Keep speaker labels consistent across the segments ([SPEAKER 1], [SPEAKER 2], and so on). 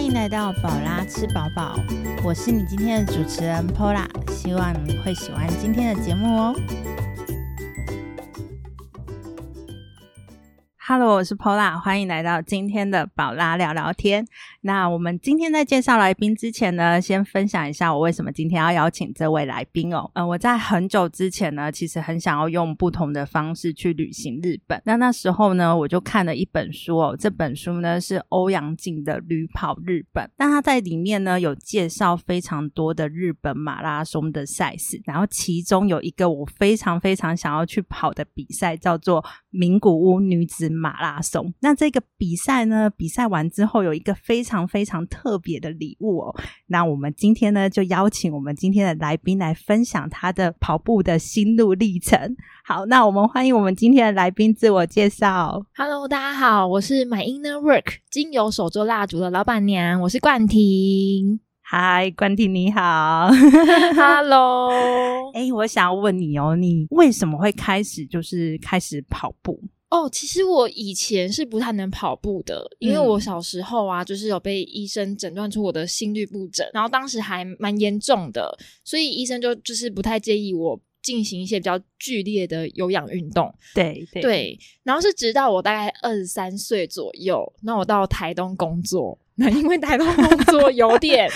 [SPEAKER 1] 迎来到宝拉吃饱饱，我是你今天的主持人 Pola，希望你会喜欢今天的节目哦。Hello，我是 Pola，欢迎来到今天的宝拉聊聊天。那我们今天在介绍来宾之前呢，先分享一下我为什么今天要邀请这位来宾哦。嗯、我在很久之前呢，其实很想要用不同的方式去旅行日本。那那时候呢，我就看了一本书哦，这本书呢是欧阳靖的《旅跑日本》，那他在里面呢有介绍非常多的日本马拉松的赛事，然后其中有一个我非常非常想要去跑的比赛，叫做名古屋女子马拉松。那这个比赛呢，比赛完之后有一个非常非常特别的礼物哦。那我们今天呢，就邀请我们今天的来宾来分享他的跑步的心路历程。好，那我们欢迎我们今天的来宾自我介绍。
[SPEAKER 2] Hello，大家好，我是 My Inner Work 精油手作蜡烛的老板娘，我是 冠廷。
[SPEAKER 1] 嗨，关婷你好。
[SPEAKER 2] Hello，
[SPEAKER 1] 哎、我想问你哦，你为什么会开始就是开始跑步？
[SPEAKER 2] 哦，其实我以前是不太能跑步的，因为
[SPEAKER 1] 嗯
[SPEAKER 2] 我小时候啊，就是有被医生诊断出我的心律不整，然后当时还蛮严重的，所以医生就就是不太建议我进行一些比较剧烈的有氧运动。
[SPEAKER 1] 对对
[SPEAKER 2] 对，然后是直到我大概二十三岁左右，那我到台东工作，那因为台东工作有 点，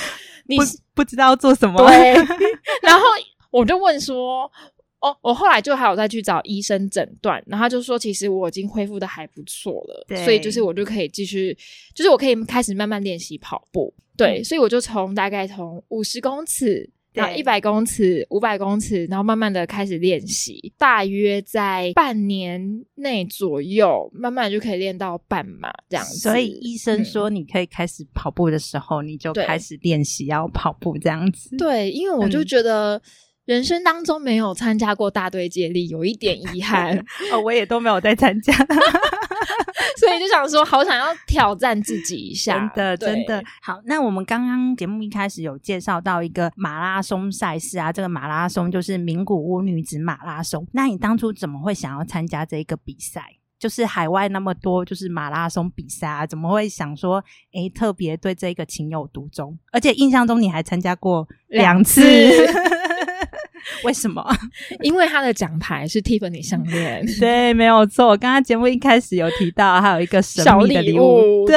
[SPEAKER 2] 你
[SPEAKER 1] 不
[SPEAKER 2] 是
[SPEAKER 1] 不知道做什么。
[SPEAKER 2] 对， 然后我就问说。哦，我后来就还有再去找医生诊断，然后他就说，其实我已经恢复的还不错了，
[SPEAKER 1] 对
[SPEAKER 2] 所以就是我就可以继续，就是我可以开始慢慢练习跑步。对，
[SPEAKER 1] 嗯
[SPEAKER 2] 所以我就从大概从五十公尺。然后
[SPEAKER 1] 对
[SPEAKER 2] 一百公尺、五百公尺，然后慢慢的开始练习，大约在半年内左右，慢慢就可以练到半马这样子。嗯
[SPEAKER 1] 所以医生说你可以开始跑步的时候，你就
[SPEAKER 2] 对
[SPEAKER 1] 开始练习要跑步这样子。
[SPEAKER 2] 对，因为我就
[SPEAKER 1] 嗯
[SPEAKER 2] 觉得人生当中没有参加过大队接力，有一点遗 憾，
[SPEAKER 1] 哦，我也都没有在参加，
[SPEAKER 2] 所以就想说，好想要挑战自己一
[SPEAKER 1] 真
[SPEAKER 2] 下。
[SPEAKER 1] 的
[SPEAKER 2] 对
[SPEAKER 1] 真的。好，那我们刚刚节目一开始有介绍到一个马拉松赛事啊，这个马拉松就是名古屋女子马拉松。那你当初怎么会想要参加这个比赛？就是海外那么多就是马拉松比赛啊，怎么会想说诶特别对这个情有独钟？而且印象中你还参加过两次，
[SPEAKER 2] 两
[SPEAKER 1] 为什么？
[SPEAKER 2] 因为他的奖牌是 Tiffany 项链，
[SPEAKER 1] 对，没有错。我刚刚节目一开始有提到，还有一个神
[SPEAKER 2] 小
[SPEAKER 1] 秘的
[SPEAKER 2] 礼
[SPEAKER 1] 物，
[SPEAKER 2] 物
[SPEAKER 1] 对，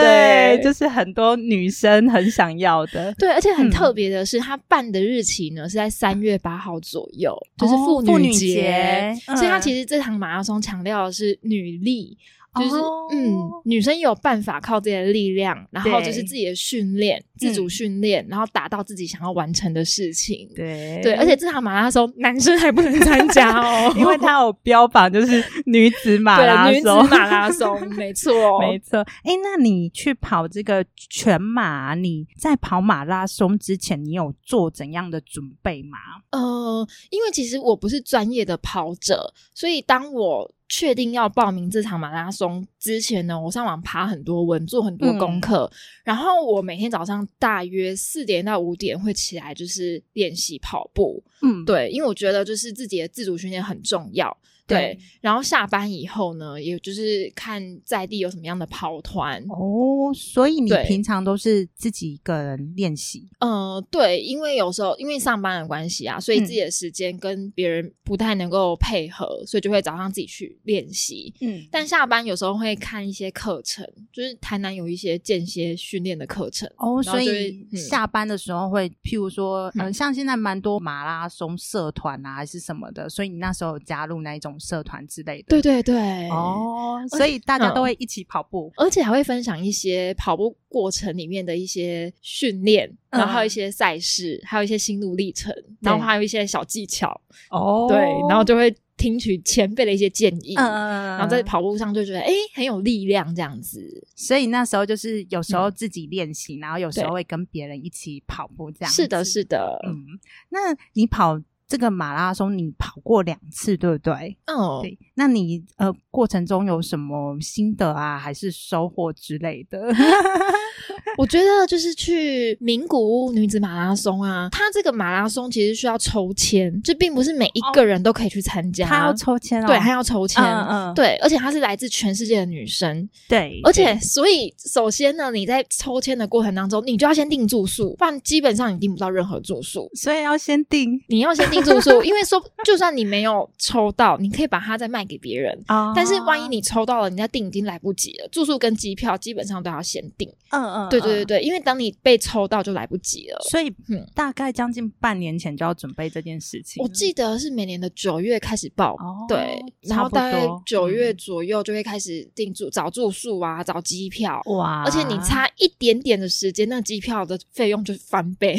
[SPEAKER 2] 对
[SPEAKER 1] 就是很多女生很想要的。
[SPEAKER 2] 对，而且
[SPEAKER 1] 嗯
[SPEAKER 2] 很特别的是，他办的日期呢是在三月八号左右，就是
[SPEAKER 1] 哦
[SPEAKER 2] 妇
[SPEAKER 1] 妇女
[SPEAKER 2] 节。
[SPEAKER 1] 节嗯
[SPEAKER 2] 所以他其实这场马拉松强调的是女力，就是、
[SPEAKER 1] 哦
[SPEAKER 2] 嗯，女生有办法靠自己的力量，然后就是
[SPEAKER 1] 对
[SPEAKER 2] 自己的训练、自主
[SPEAKER 1] 嗯
[SPEAKER 2] 训练，然后达到自己想要完成的事情。
[SPEAKER 1] 对
[SPEAKER 2] 对，而且。这场马拉松男生还不能参加哦
[SPEAKER 1] ，因为它有标榜就是女子马拉
[SPEAKER 2] 对
[SPEAKER 1] 松，
[SPEAKER 2] 女子马拉松，没错，
[SPEAKER 1] 没错。哎，那你去跑这个全马，啊你在跑马拉松之前，你有做怎样的准备吗？
[SPEAKER 2] 呃，因为其实我不是专业的跑者，所以当我确定要报名这场马拉松之前呢，我上网爬很多文，做很多
[SPEAKER 1] 嗯
[SPEAKER 2] 功课，然后我每天早上大约四点到五点会起来，就是练习跑步。
[SPEAKER 1] 嗯，
[SPEAKER 2] 对，因为我觉得就是自己的自主训练很重要。对，然后下班以后呢，也就是看在地有什么样的跑团。
[SPEAKER 1] 哦，所以你
[SPEAKER 2] 对
[SPEAKER 1] 平常都是自己一个人练习，
[SPEAKER 2] 嗯，对，因为有时候因为上班的关系啊，所以
[SPEAKER 1] 嗯
[SPEAKER 2] 自己的时间跟别人不太能够配合，所以就会早上自己去练习。
[SPEAKER 1] 嗯，
[SPEAKER 2] 但下班有时候会看一些课程，就是台南有一些间歇训练的课程。
[SPEAKER 1] 哦，
[SPEAKER 2] 然
[SPEAKER 1] 所
[SPEAKER 2] 后就
[SPEAKER 1] 以
[SPEAKER 2] 会嗯
[SPEAKER 1] 下班的时候会，譬如说，嗯、
[SPEAKER 2] 嗯
[SPEAKER 1] 像现在蛮多马拉松社团啊，还是什么的，所以你那时候有加入那一种社团之类的。
[SPEAKER 2] 对对对，，
[SPEAKER 1] 哦，所以大家
[SPEAKER 2] 嗯
[SPEAKER 1] 都会一起跑步。
[SPEAKER 2] 而且还会分享一些跑步过程里面的一些训练，
[SPEAKER 1] 嗯
[SPEAKER 2] 然后还有一些赛事，还有一些心路历程，然后还有一些小技巧。
[SPEAKER 1] 哦
[SPEAKER 2] 对，然后就会听取前辈的一些建议。
[SPEAKER 1] 嗯嗯嗯，
[SPEAKER 2] 然后在跑步上就觉得哎、诶很有力量这样子。
[SPEAKER 1] 所以那时候就是有时
[SPEAKER 2] 嗯
[SPEAKER 1] 候自己练习，然后有时候会跟别人一起跑步这样。
[SPEAKER 2] 是的，，是的，嗯
[SPEAKER 1] 嗯，那你跑这个马拉松，你跑过两次，对不对？
[SPEAKER 2] 哦
[SPEAKER 1] 对，那你呃过程中有什么心得啊，还是收获之类的？
[SPEAKER 2] 我觉得就是去名古屋女子马拉松啊，它这个马拉松其实需要抽签，就并不是每一个人都可以去参加。
[SPEAKER 1] 哦他要抽签哦，
[SPEAKER 2] 对，他要抽签，
[SPEAKER 1] 嗯嗯
[SPEAKER 2] 对，而且她是来自全世界的女生，
[SPEAKER 1] 对，
[SPEAKER 2] 而且所以首先呢，你在抽签的过程当中，你就要先订住宿，不然基本上你订不到任何住宿。
[SPEAKER 1] 所以要先定
[SPEAKER 2] 你要先订住宿，因为说就算你没有抽到，你可以把它再卖给别人。
[SPEAKER 1] 啊
[SPEAKER 2] 但是万一你抽到了，你再订已经来不及了。住宿跟机票基本上都要先订。
[SPEAKER 1] 嗯嗯，
[SPEAKER 2] 对对对
[SPEAKER 1] 嗯，
[SPEAKER 2] 对，因为当你被抽到就来不及了。
[SPEAKER 1] 所以
[SPEAKER 2] 嗯
[SPEAKER 1] 大概将近半年前就要准备这件事情了。
[SPEAKER 2] 我记得是每年的九月开始报，
[SPEAKER 1] 哦
[SPEAKER 2] 对，然
[SPEAKER 1] 差
[SPEAKER 2] 后
[SPEAKER 1] 不
[SPEAKER 2] 大概
[SPEAKER 1] 多
[SPEAKER 2] 九月
[SPEAKER 1] 嗯
[SPEAKER 2] 左右就会开始订住、找住宿啊、找机票。
[SPEAKER 1] 嗯哇，
[SPEAKER 2] 而且你差一点点的时间，那机票的费用就翻 倍，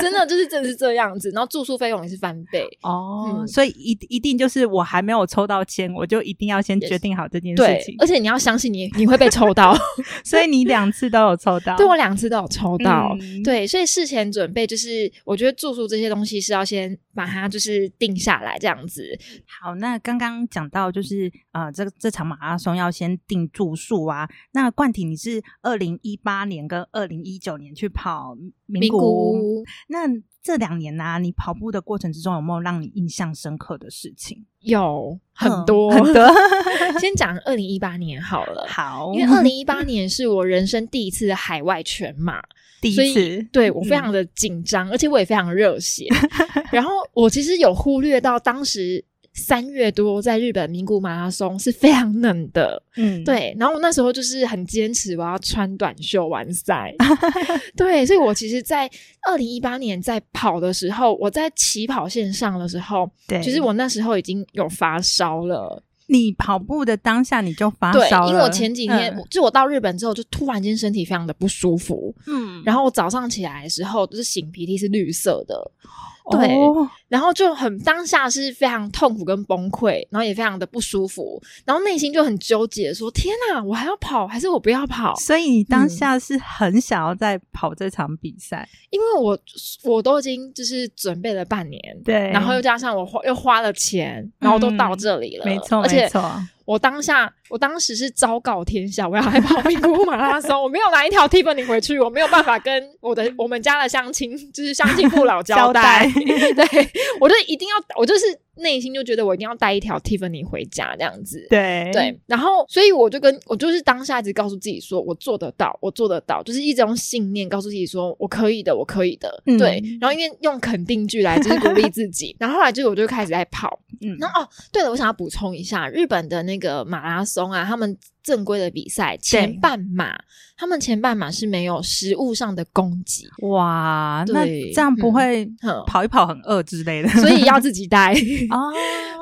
[SPEAKER 2] 真的就是真的是这样子。然后住宿费用也是翻倍，
[SPEAKER 1] 哦，
[SPEAKER 2] 嗯
[SPEAKER 1] 所以一一定就是我还没有抽到签，我就一定要先决定好这件事
[SPEAKER 2] 对
[SPEAKER 1] 情。
[SPEAKER 2] 而且你要相信你你会被抽 到，
[SPEAKER 1] 所以你两次都有抽到，
[SPEAKER 2] 对我两次都有抽到。
[SPEAKER 1] 嗯，
[SPEAKER 2] 对，所以事前准备就是，我觉得住宿这些东西是要先把它就是定下来这样子。
[SPEAKER 1] 好，那刚刚讲到就是呃，这这场马拉松要先订住宿啊。那冠廷你是二零一八年跟二零一九年去跑名古屋，
[SPEAKER 2] 屋
[SPEAKER 1] 那这两年呢、啊你跑步的过程之中有没有让你印象深刻的事情？
[SPEAKER 2] 有很
[SPEAKER 1] 嗯
[SPEAKER 2] 多，
[SPEAKER 1] 很多
[SPEAKER 2] 先讲二零一八年好嗯了。
[SPEAKER 1] 好，
[SPEAKER 2] 因为二零一八年是我人生第一次的海外全 马，
[SPEAKER 1] 第
[SPEAKER 2] 所
[SPEAKER 1] 一
[SPEAKER 2] 以
[SPEAKER 1] 次，
[SPEAKER 2] 对我非常的紧张，而且我也非常热 血。然后我其实有忽略到当时三月多在日本名古马拉松是非常冷的，
[SPEAKER 1] 嗯，
[SPEAKER 2] 对，然后我那时候就是很坚持，我要穿短袖完 赛。对，所以我其实，在二零一八年在跑的时候，我在起跑线上的时候，
[SPEAKER 1] 对，
[SPEAKER 2] 其实我那时候已经有发烧了。
[SPEAKER 1] 你跑步的当下你就发
[SPEAKER 2] 对
[SPEAKER 1] 烧啊了，，
[SPEAKER 2] 因为我前几天、
[SPEAKER 1] 嗯
[SPEAKER 2] 就我到日本之后，就突然间身体非常的不舒服，
[SPEAKER 1] 嗯
[SPEAKER 2] 然后我早上起来的时候，就是醒鼻涕是绿色的，
[SPEAKER 1] 后
[SPEAKER 2] 对然后就很当下是非常痛苦跟崩溃，然后也非常的不舒服，然后内心就很纠结说，天哪，我还要跑还是我不要跑？
[SPEAKER 1] 所以你当
[SPEAKER 2] 嗯
[SPEAKER 1] 下是很想要再跑这场比赛，
[SPEAKER 2] 因为我我都已经就是准备了半年，
[SPEAKER 1] 对嗯
[SPEAKER 2] 然后又加上我花又花了钱，然后都到这里了，
[SPEAKER 1] 没错
[SPEAKER 2] 呃
[SPEAKER 1] 没
[SPEAKER 2] 而且
[SPEAKER 1] 错，
[SPEAKER 2] 我当下我当时是昭告天下，我要来跑名古屋马拉松，我没有拿一条 Tiffany 回去，我没有办法跟我的我们家的乡亲，就是乡亲父老交 代，对我就一定要，我就是内心就觉得我一定要带一条 Tiffany 回家这样子，
[SPEAKER 1] 对
[SPEAKER 2] 对，然后所以我就跟我就是当下一直告诉自己说，我做得到，我做得到，就是一种信念，告诉自己说我可以的，我可以的。
[SPEAKER 1] 嗯
[SPEAKER 2] 对，然后因为用肯定句来就是鼓励自己， 然后后来就我就开始在跑。
[SPEAKER 1] 嗯
[SPEAKER 2] 然后哦，对了，我想要补充一下，日本的那个马拉松啊，他们正规的比赛前半马，他们前半马是没有食物上的攻击，
[SPEAKER 1] 哇，那
[SPEAKER 2] 对嗯
[SPEAKER 1] 这样不会
[SPEAKER 2] 哼，
[SPEAKER 1] 跑一跑很饿之类的
[SPEAKER 2] 所以要自己带。
[SPEAKER 1] 哦，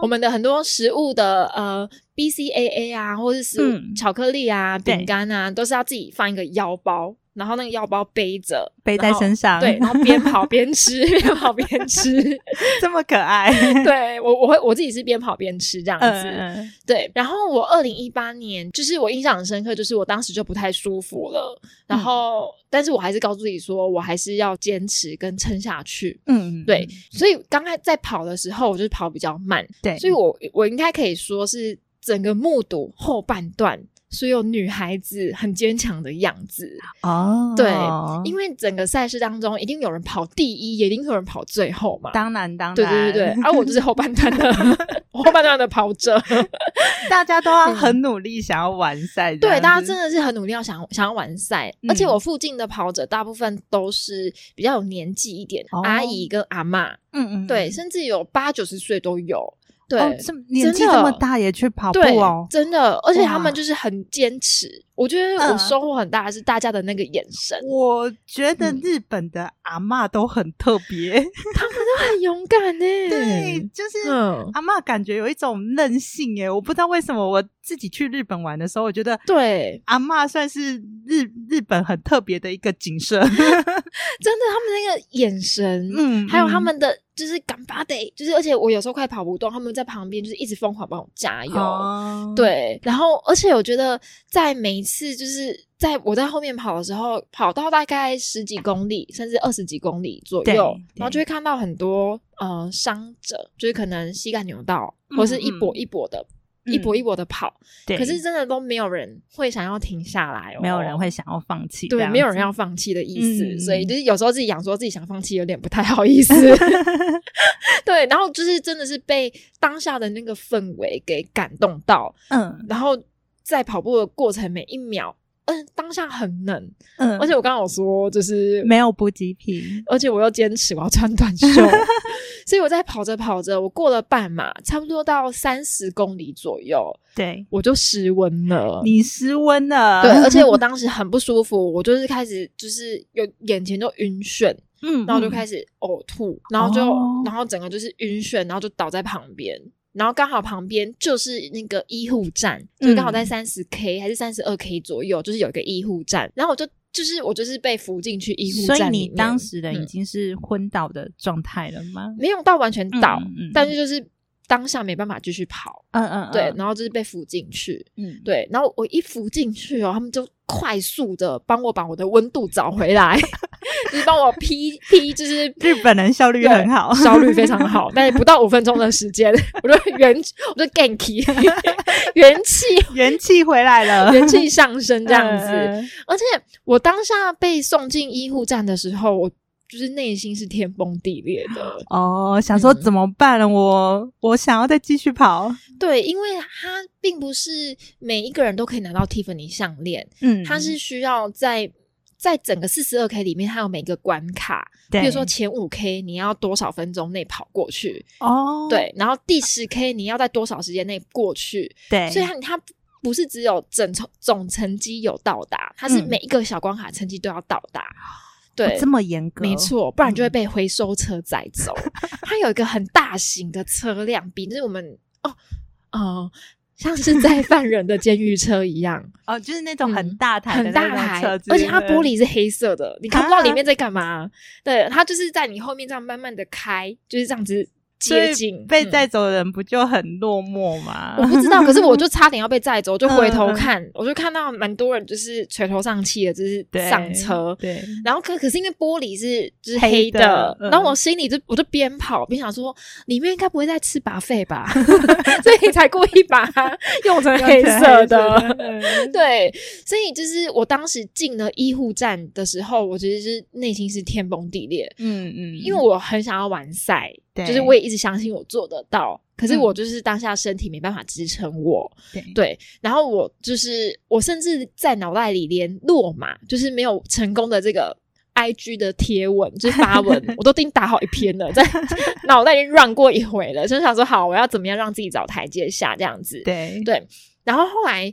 [SPEAKER 2] 我们的很多食物的呃 BCAA 啊，或是食物、
[SPEAKER 1] 嗯
[SPEAKER 2] 巧克力啊、
[SPEAKER 1] 对
[SPEAKER 2] 饼干啊，都是要自己放一个腰包，然后那个腰包背着，
[SPEAKER 1] 背在
[SPEAKER 2] 然后
[SPEAKER 1] 身上，
[SPEAKER 2] 对，然后边跑边吃， 边跑边吃。
[SPEAKER 1] 这么可爱，
[SPEAKER 2] 对我，我会我自己是边跑边吃这样子。
[SPEAKER 1] 嗯，
[SPEAKER 2] 对，然后我二零一八年，就是我印象很深刻，就是我当时就不太舒服了，
[SPEAKER 1] 嗯
[SPEAKER 2] 然后、但是我还是告诉自己说，我还是要坚持跟撑下去。
[SPEAKER 1] 嗯，
[SPEAKER 2] 对，所以刚开在跑的时候，我就是跑比较慢，
[SPEAKER 1] 对，
[SPEAKER 2] 所以我我应该可以说是整个目睹后半段所有女孩子很坚强的样子，
[SPEAKER 1] 哦，
[SPEAKER 2] 对因为整个赛事当中一定有人跑第一，也一定有人跑最后嘛。
[SPEAKER 1] 当然当然，
[SPEAKER 2] 对对 对对，而、我就是后半段的 我后半段的跑者。
[SPEAKER 1] 大家都要很努力想要完赛，这
[SPEAKER 2] 对，
[SPEAKER 1] 样
[SPEAKER 2] 大家
[SPEAKER 1] 子
[SPEAKER 2] 真的是很努力要想想要完赛，
[SPEAKER 1] 嗯
[SPEAKER 2] 而且我附近的跑者大部分都是比较有年纪一点，
[SPEAKER 1] 哦
[SPEAKER 2] 阿姨跟阿嬷，
[SPEAKER 1] 嗯嗯，
[SPEAKER 2] 对，
[SPEAKER 1] 嗯
[SPEAKER 2] 甚至有八九十岁都有。对，
[SPEAKER 1] 哦，这么年纪
[SPEAKER 2] 真的
[SPEAKER 1] 这么大也去跑步
[SPEAKER 2] 对，
[SPEAKER 1] 哦，
[SPEAKER 2] 真的，而且他
[SPEAKER 1] 哇
[SPEAKER 2] 们就是很坚持。我觉得我
[SPEAKER 1] 嗯
[SPEAKER 2] 收获很大的是大家的那个眼神，
[SPEAKER 1] 我觉得
[SPEAKER 2] 嗯
[SPEAKER 1] 日本的阿嬷都很特 别，
[SPEAKER 2] 很勇敢呢、
[SPEAKER 1] 对，，就是。
[SPEAKER 2] 嗯，
[SPEAKER 1] 阿嬷感觉有一种韧性耶，我不知道为什么。我自己去日本玩的时候，我觉得
[SPEAKER 2] 对，
[SPEAKER 1] 阿嬷算是日日本很特别的一个景色。
[SPEAKER 2] 真的，他们那个眼神，
[SPEAKER 1] 嗯，
[SPEAKER 2] 还有
[SPEAKER 1] 嗯
[SPEAKER 2] 他们的就是敢巴得，就是而且我有时候快跑不动，他们在旁边就是一直疯狂帮我加油。
[SPEAKER 1] 哦，
[SPEAKER 2] 对，然后而且我觉得在每一次就是在我在后面跑的时候，跑到大概十几公里甚至二十几公里左
[SPEAKER 1] 对
[SPEAKER 2] 右，然后
[SPEAKER 1] 对
[SPEAKER 2] 就会看到很多呃伤者，就是可能膝盖扭到，或是
[SPEAKER 1] 嗯
[SPEAKER 2] 一
[SPEAKER 1] 嗯嗯
[SPEAKER 2] 跛一跛的。一波一波的跑，
[SPEAKER 1] 对，
[SPEAKER 2] 可是真的都没有人会想要停下来哦，
[SPEAKER 1] 没有人会想要放弃，
[SPEAKER 2] 对，没有人要放弃的意思，
[SPEAKER 1] 嗯
[SPEAKER 2] 所以就是有时候自己讲说自己想放弃，有点不太 好意思。对，然后就是真的是被当下的那个氛围给感动到，
[SPEAKER 1] 嗯
[SPEAKER 2] 然后在跑步的过程每一秒，嗯，当下很冷，
[SPEAKER 1] 嗯，
[SPEAKER 2] 而且我刚刚有说就是
[SPEAKER 1] 没有补给品，
[SPEAKER 2] 而且我又坚持我要穿短袖， 所以我在跑着跑着，我过了半马，差不多到三十公里左右，
[SPEAKER 1] 对
[SPEAKER 2] 我就失温了。
[SPEAKER 1] 你失温了，
[SPEAKER 2] 对，而且我当时很不舒服，我就是开始就是有眼前就晕眩，
[SPEAKER 1] 嗯，
[SPEAKER 2] 然后我就
[SPEAKER 1] 嗯
[SPEAKER 2] 开始呕吐，然后就、
[SPEAKER 1] 哦
[SPEAKER 2] 然后整个就是晕眩，然后就倒在旁边，然后刚好旁边就是那个医护站，就刚好
[SPEAKER 1] 嗯
[SPEAKER 2] 在三十 K 还是三十二 K 左右，就是有一个医护站，然后我就就是我就是被扶进去医护
[SPEAKER 1] 所以
[SPEAKER 2] 站里
[SPEAKER 1] 你
[SPEAKER 2] 面
[SPEAKER 1] 当时人已
[SPEAKER 2] 嗯
[SPEAKER 1] 经是昏倒的状态了吗？
[SPEAKER 2] 没有到完全倒，
[SPEAKER 1] 嗯嗯嗯
[SPEAKER 2] 但是就是当下没办法继续跑，
[SPEAKER 1] 嗯嗯，
[SPEAKER 2] 对，然后就是被扶进去，
[SPEAKER 1] 嗯，
[SPEAKER 2] 对，然后我一扶进去哦，他们就快速的帮我把我的温度找回来， 就是帮我 P P，就是
[SPEAKER 1] 日本人效率
[SPEAKER 2] 对
[SPEAKER 1] 很好，
[SPEAKER 2] 效率非常好，但是不到五分钟的时 间，我就元我就 ganky 元气
[SPEAKER 1] 元气回来了，
[SPEAKER 2] 元气上升这样子，
[SPEAKER 1] 嗯，嗯
[SPEAKER 2] 而且我当下被送进医护站的时候，我就是内心是天崩地裂的。
[SPEAKER 1] 哦，想说
[SPEAKER 2] 嗯
[SPEAKER 1] 怎么办呢？我我想要再继续跑，
[SPEAKER 2] 对，因为它并不是每一个人都可以拿到 Tiffany 项链，
[SPEAKER 1] 嗯，
[SPEAKER 2] 它是需要在在整个四十二 K 里面，它有每个关卡，比
[SPEAKER 1] 对，
[SPEAKER 2] 如说前五 K 你要多少分钟内跑过去，
[SPEAKER 1] 哦，
[SPEAKER 2] 对，然后第十 K 你要在多少时间内过去，
[SPEAKER 1] 对，
[SPEAKER 2] 所以它它不是只有整总总成绩有到达，它是
[SPEAKER 1] 嗯
[SPEAKER 2] 每一个小关卡成绩都要到达，对
[SPEAKER 1] 哦。这么严格，嗯
[SPEAKER 2] 没，错，不然就会被回收车载走。它有一个很大型的车辆，比就是我们哦哦，像是在犯人的监狱车一样，
[SPEAKER 1] 哦，就是那种
[SPEAKER 2] 嗯
[SPEAKER 1] 很大 台的那
[SPEAKER 2] 很大
[SPEAKER 1] 种
[SPEAKER 2] 台
[SPEAKER 1] 车子，
[SPEAKER 2] 而且它
[SPEAKER 1] 对
[SPEAKER 2] 玻璃是黑色的，你看不到
[SPEAKER 1] 啊
[SPEAKER 2] 里面在干嘛。对，它就是在你后面这样慢慢的开，就是这样子
[SPEAKER 1] 所以
[SPEAKER 2] 接近
[SPEAKER 1] 被。
[SPEAKER 2] 嗯
[SPEAKER 1] 载走的人不就很落寞吗？
[SPEAKER 2] 我不知道，可是我就差点要被载走，我就回
[SPEAKER 1] 嗯
[SPEAKER 2] 头看，我就看到蛮多人就是垂头丧气的，就是
[SPEAKER 1] 对
[SPEAKER 2] 上车。
[SPEAKER 1] 对，
[SPEAKER 2] 然后可可是因为玻璃是就是
[SPEAKER 1] 黑
[SPEAKER 2] 黑的，
[SPEAKER 1] 的嗯
[SPEAKER 2] 然后我心里就我就边跑边想说，里面应该不会再吃把费吧， 所以才故意把 它用成 黑色的。
[SPEAKER 1] 嗯
[SPEAKER 2] 对，所以就是我当时进了医护站的时候，我其实是内心是天崩地裂，
[SPEAKER 1] 嗯嗯，
[SPEAKER 2] 因为我很想要完赛，
[SPEAKER 1] 对
[SPEAKER 2] 就是我也一直相信我做得到，可是
[SPEAKER 1] 嗯
[SPEAKER 2] 我就是当下身体没办法支撑我，
[SPEAKER 1] 对
[SPEAKER 2] 对，然后我就是我甚至在脑袋里连落马，就是没有成功的这个。I G 的贴文就是发 文，我都已经打好一篇了，在脑袋已经 run 过一回了，就想说好，我要怎么样让自己找台阶下这样子。
[SPEAKER 1] 对
[SPEAKER 2] 对然后后来，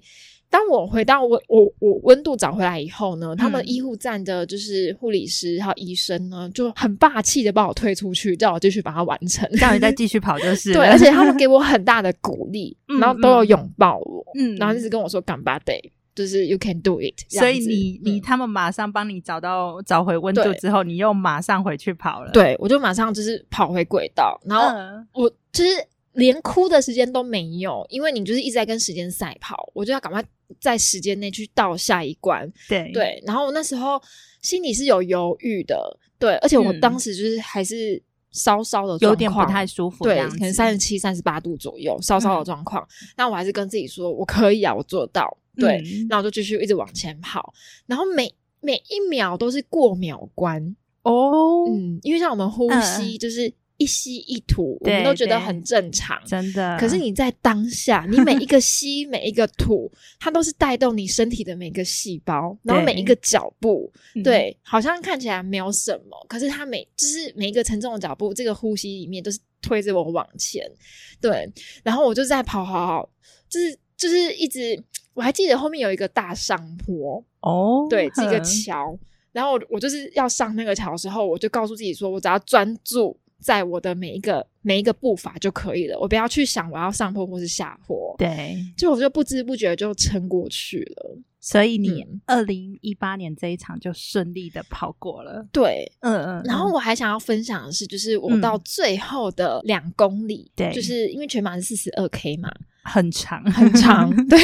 [SPEAKER 2] 当我回到温我我温度找回来以后呢，他们
[SPEAKER 1] 嗯
[SPEAKER 2] 医护站的就是护理师还有医生呢，就很霸气的把我推出去，叫我继续把它完成。
[SPEAKER 1] 叫你再继续跑就是了，
[SPEAKER 2] 对，而且他们给我很大的鼓励，
[SPEAKER 1] 嗯
[SPEAKER 2] 然后都有拥抱我，
[SPEAKER 1] 嗯
[SPEAKER 2] 然后一直跟我说“干巴得”，就是 “you can do it” 这样子。
[SPEAKER 1] 所以你你
[SPEAKER 2] 嗯
[SPEAKER 1] 他们马上帮你找到找回温度
[SPEAKER 2] 对
[SPEAKER 1] 之后，你又马上回去跑了。，
[SPEAKER 2] 对我就马上就是跑回轨道，然后
[SPEAKER 1] 嗯，
[SPEAKER 2] 我就是连哭的时间都没有，因为你就是一直在跟时间赛跑，我就要赶快在时间内去到下一关。
[SPEAKER 1] 对
[SPEAKER 2] 对，然后我那时候心里是有犹豫的，对，而且我
[SPEAKER 1] 嗯
[SPEAKER 2] 当时就是还是稍稍的
[SPEAKER 1] 有点不
[SPEAKER 2] 状况
[SPEAKER 1] 太舒服这
[SPEAKER 2] 对，
[SPEAKER 1] 样子，
[SPEAKER 2] 可能三十七、三十八度左右，稍稍的
[SPEAKER 1] 嗯
[SPEAKER 2] 状况。那、我还是跟自己说，我可以啊，我做到。对，
[SPEAKER 1] 嗯
[SPEAKER 2] 那我就继续一直往前跑，然后每每一秒都是过秒关。
[SPEAKER 1] 哦，
[SPEAKER 2] 嗯，因为像我们呼吸就是一吸一吐，我
[SPEAKER 1] 对
[SPEAKER 2] 们都觉得
[SPEAKER 1] 对
[SPEAKER 2] 很正常。
[SPEAKER 1] 真的。
[SPEAKER 2] 可是你在当下，你每一个吸、每一个吐，它都是带动你身体的每个细胞，然后每
[SPEAKER 1] 对
[SPEAKER 2] 一个脚步，
[SPEAKER 1] 嗯
[SPEAKER 2] 对，好像看起来没有什么，可是它每就是每一个沉重的脚步，这个呼吸里面都是推着我往前，对，然后我就在跑，好好，就是就是一直，我还记得后面有一个大上坡，
[SPEAKER 1] 哦，
[SPEAKER 2] 对，是一个
[SPEAKER 1] 嗯
[SPEAKER 2] 桥，然后我我就是要上那个桥的时候，我就告诉自己说，我只要专注在我的每一个每一个步伐就可以了，我不要去想我要上坡或是下坡，
[SPEAKER 1] 对，
[SPEAKER 2] 就我就不知不觉就撑过去了，
[SPEAKER 1] 所以你
[SPEAKER 2] 嗯
[SPEAKER 1] 二零一八年这一场就顺利的跑过了。
[SPEAKER 2] 对，
[SPEAKER 1] 嗯嗯，嗯
[SPEAKER 2] 然后我还想要分享的是，就是我
[SPEAKER 1] 嗯
[SPEAKER 2] 到最后的两公里，
[SPEAKER 1] 对
[SPEAKER 2] 就是因为全马是四十二 K 嘛，
[SPEAKER 1] 很长
[SPEAKER 2] 很长，对，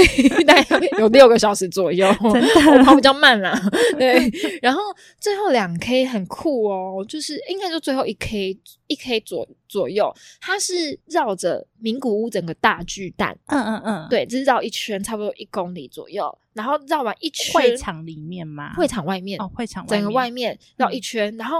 [SPEAKER 2] 大概有六个小时左右，
[SPEAKER 1] 真
[SPEAKER 2] 我
[SPEAKER 1] 的
[SPEAKER 2] 跑比较慢啦。对，然后最后两 K 很酷哦，就是应该就最后一 K 一 K 左左右，它是绕着名古屋整个大巨蛋，
[SPEAKER 1] 嗯嗯嗯，，
[SPEAKER 2] 对，这是绕一圈，差不多一公里左右，然后绕完一圈
[SPEAKER 1] 会场里面吗？
[SPEAKER 2] 会场外面
[SPEAKER 1] 哦，会场
[SPEAKER 2] 整个外
[SPEAKER 1] 面嗯
[SPEAKER 2] 面绕一圈，然后